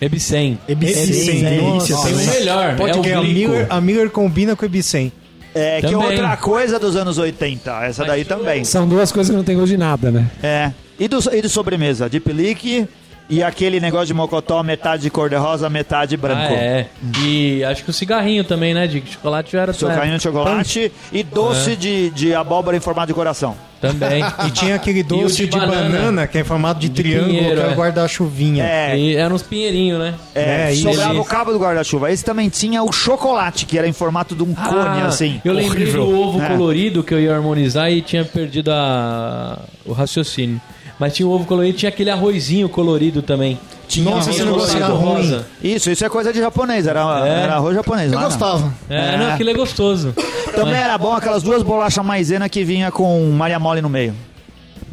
Ebicem. Ebicem. Nossa, Tem o melhor. Pode é o que a glico. Miller, a Miller combina com o Ebicem. É, que é Também. outra coisa dos anos 80. Essa daí também. São duas coisas que não tem gosto de nada, né? É. E, do, e de sobremesa? Deep Leak e aquele negócio de mocotó, metade cor-de-rosa, metade Ah, branco. é. E acho que o cigarrinho também, né? De chocolate já era Seu É. da carinho de chocolate e doce de, de abóbora em formato de coração. época. Também. Ah, E tinha aquele doce de de, banana. banana, que é em formato de, triângulo, pinheiro, que é é. o guarda-chuvinha. É, E eram uns pinheirinhos, né? É, É, isso. sobrava Delícia. o cabo do guarda-chuva. Esse também tinha o chocolate, que era em formato de um cone, Ah, assim. Eu lembrei Horrível. do ovo É. colorido que eu ia harmonizar e tinha perdido a... o raciocínio. Mas tinha o ovo colorido e tinha aquele arrozinho colorido também. Tinha arroz Nossa, esse negócio colorido. era ruim. rosa. Isso, isso é coisa de japonês, era, É. era arroz japonês. Eu lá não. gostava. É, É. não, aquilo é gostoso. Também era bom aquelas duas bolachas maisena que vinha com Maria Mole no meio.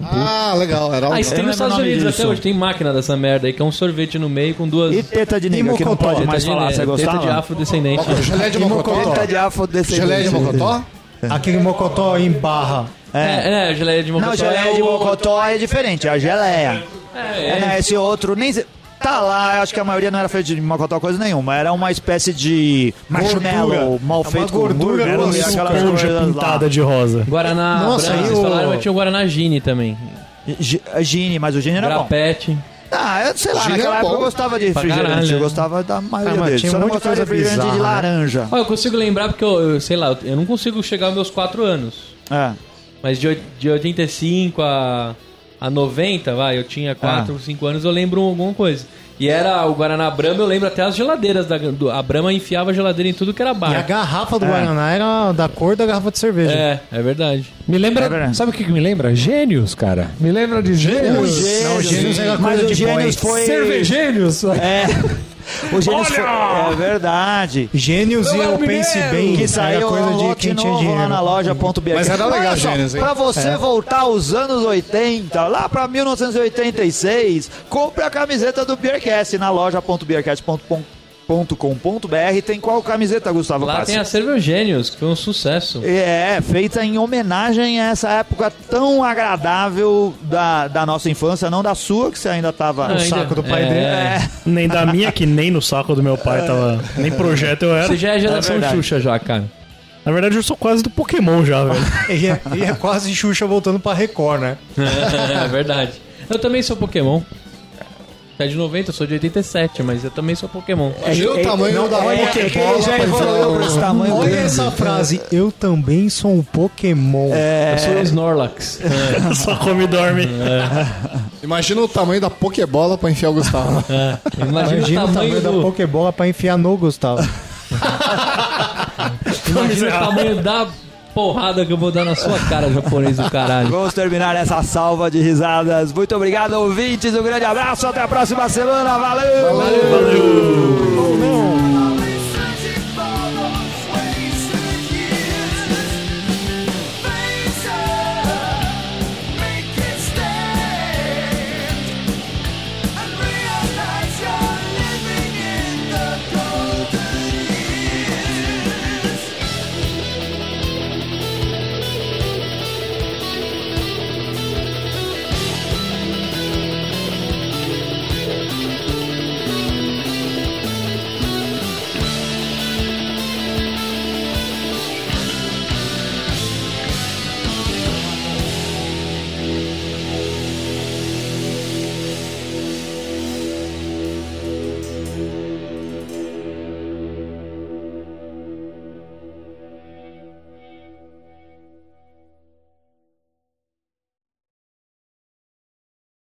Ah, legal. Era Ah, isso tem lembro nos Estados o nome Unidos disso. até hoje, tem máquina dessa merda aí, que é um sorvete no meio com duas... E teta de E negro, que não mocotó, pode mais teta de- falar. Você teta gostava? de afrodescendente. um gelé de mocotó. Teta de afro Gelé de mocotó? É. Aquele mocotó em barra. É. É, é, geleia de mocotó. Não, é geleia de o- mocotó é diferente, é a geleia. É, É, é. né, esse outro nem... se- Tá lá, eu acho que a maioria não era feita de mocotó coisa nenhuma. Era uma espécie de marshmallow mal É Uma feito com gordura hambúrguer, com e aquelas esponja coisas lá. pintada de rosa. Guaraná Nossa, branco, aí vocês o- falaram, mas tinha o Guaraná Gini também. G- Gine, mas o Gine era bom. Grapete. Ah, eu sei lá, Gine naquela era época eu bom. gostava de Pra refrigerante, caralho, eu né? gostava da Ah, maioria mas deles. tinha Só um não monte de gostava de coisa refrigerante de bizarra, né? laranja. Ó, eu consigo lembrar porque eu, eu sei lá, eu não consigo chegar aos meus 4 anos. É. Mas de, oit- de 85 a, a 90, vai, eu tinha 4, 5 anos, eu lembro um, alguma coisa. E era o Guaraná Brahma, eu lembro até as geladeiras. Da, do, a Brahma enfiava a geladeira em tudo que era E a bar. garrafa do Guaraná era da cor da garrafa de cerveja. É, é verdade. Me lembra. É verdade. sabe o que que me lembra? Gênios, cara. Me lembra de gênios. Não, Gênios era mas coisa o de Gênios boy. foi... Cervejênios. É. O Gênios foi... É verdade. Gênios e eu pense bem. é Que era saiu coisa um de lote quem tinha novo lá dinheiro. na *laughs* loja ponto BR. Mas era Olha legal, só, Gênesis, hein? Pra você voltar aos anos 80, lá pra 1986, compre a camiseta do Beercast na loja.beercast.com.br. Tem qual camiseta, Gustavo Lá Passi? tem a Cervejênios, que foi um sucesso. É, feita em homenagem a essa época tão agradável da, da nossa infância, não da sua, que você ainda tava Ah, ainda- é. Nem da minha, que nem no saco do meu *laughs* pai tava. Nem projeto eu era. Você já é geração verdade. Xuxa já, cara. Na verdade, eu sou quase do Pokémon já, velho. *laughs* Ele é, ele é quase Xuxa voltando pra Record, né? É verdade. Eu também sou Pokémon. Tá de 90, eu sou de 87, mas eu também sou Pokémon. Viu o tamanho da É, que ele já evoluiu pra esse tamanho Olha grande. essa frase. Eu também sou um Pokémon. É. Eu sou o Snorlax. Só come e dorme. Imagina o tamanho da Pokébola pra enfiar o Gustavo. Imagina, Imagina o tamanho, da do... Pokébola pra enfiar no Gustavo. Imagina o tamanho da porrada que eu vou dar na sua cara, japonês do caralho. Vamos terminar essa salva de risadas. Muito obrigado, ouvintes. Um grande abraço. Até a próxima semana. Valeu! Valeu.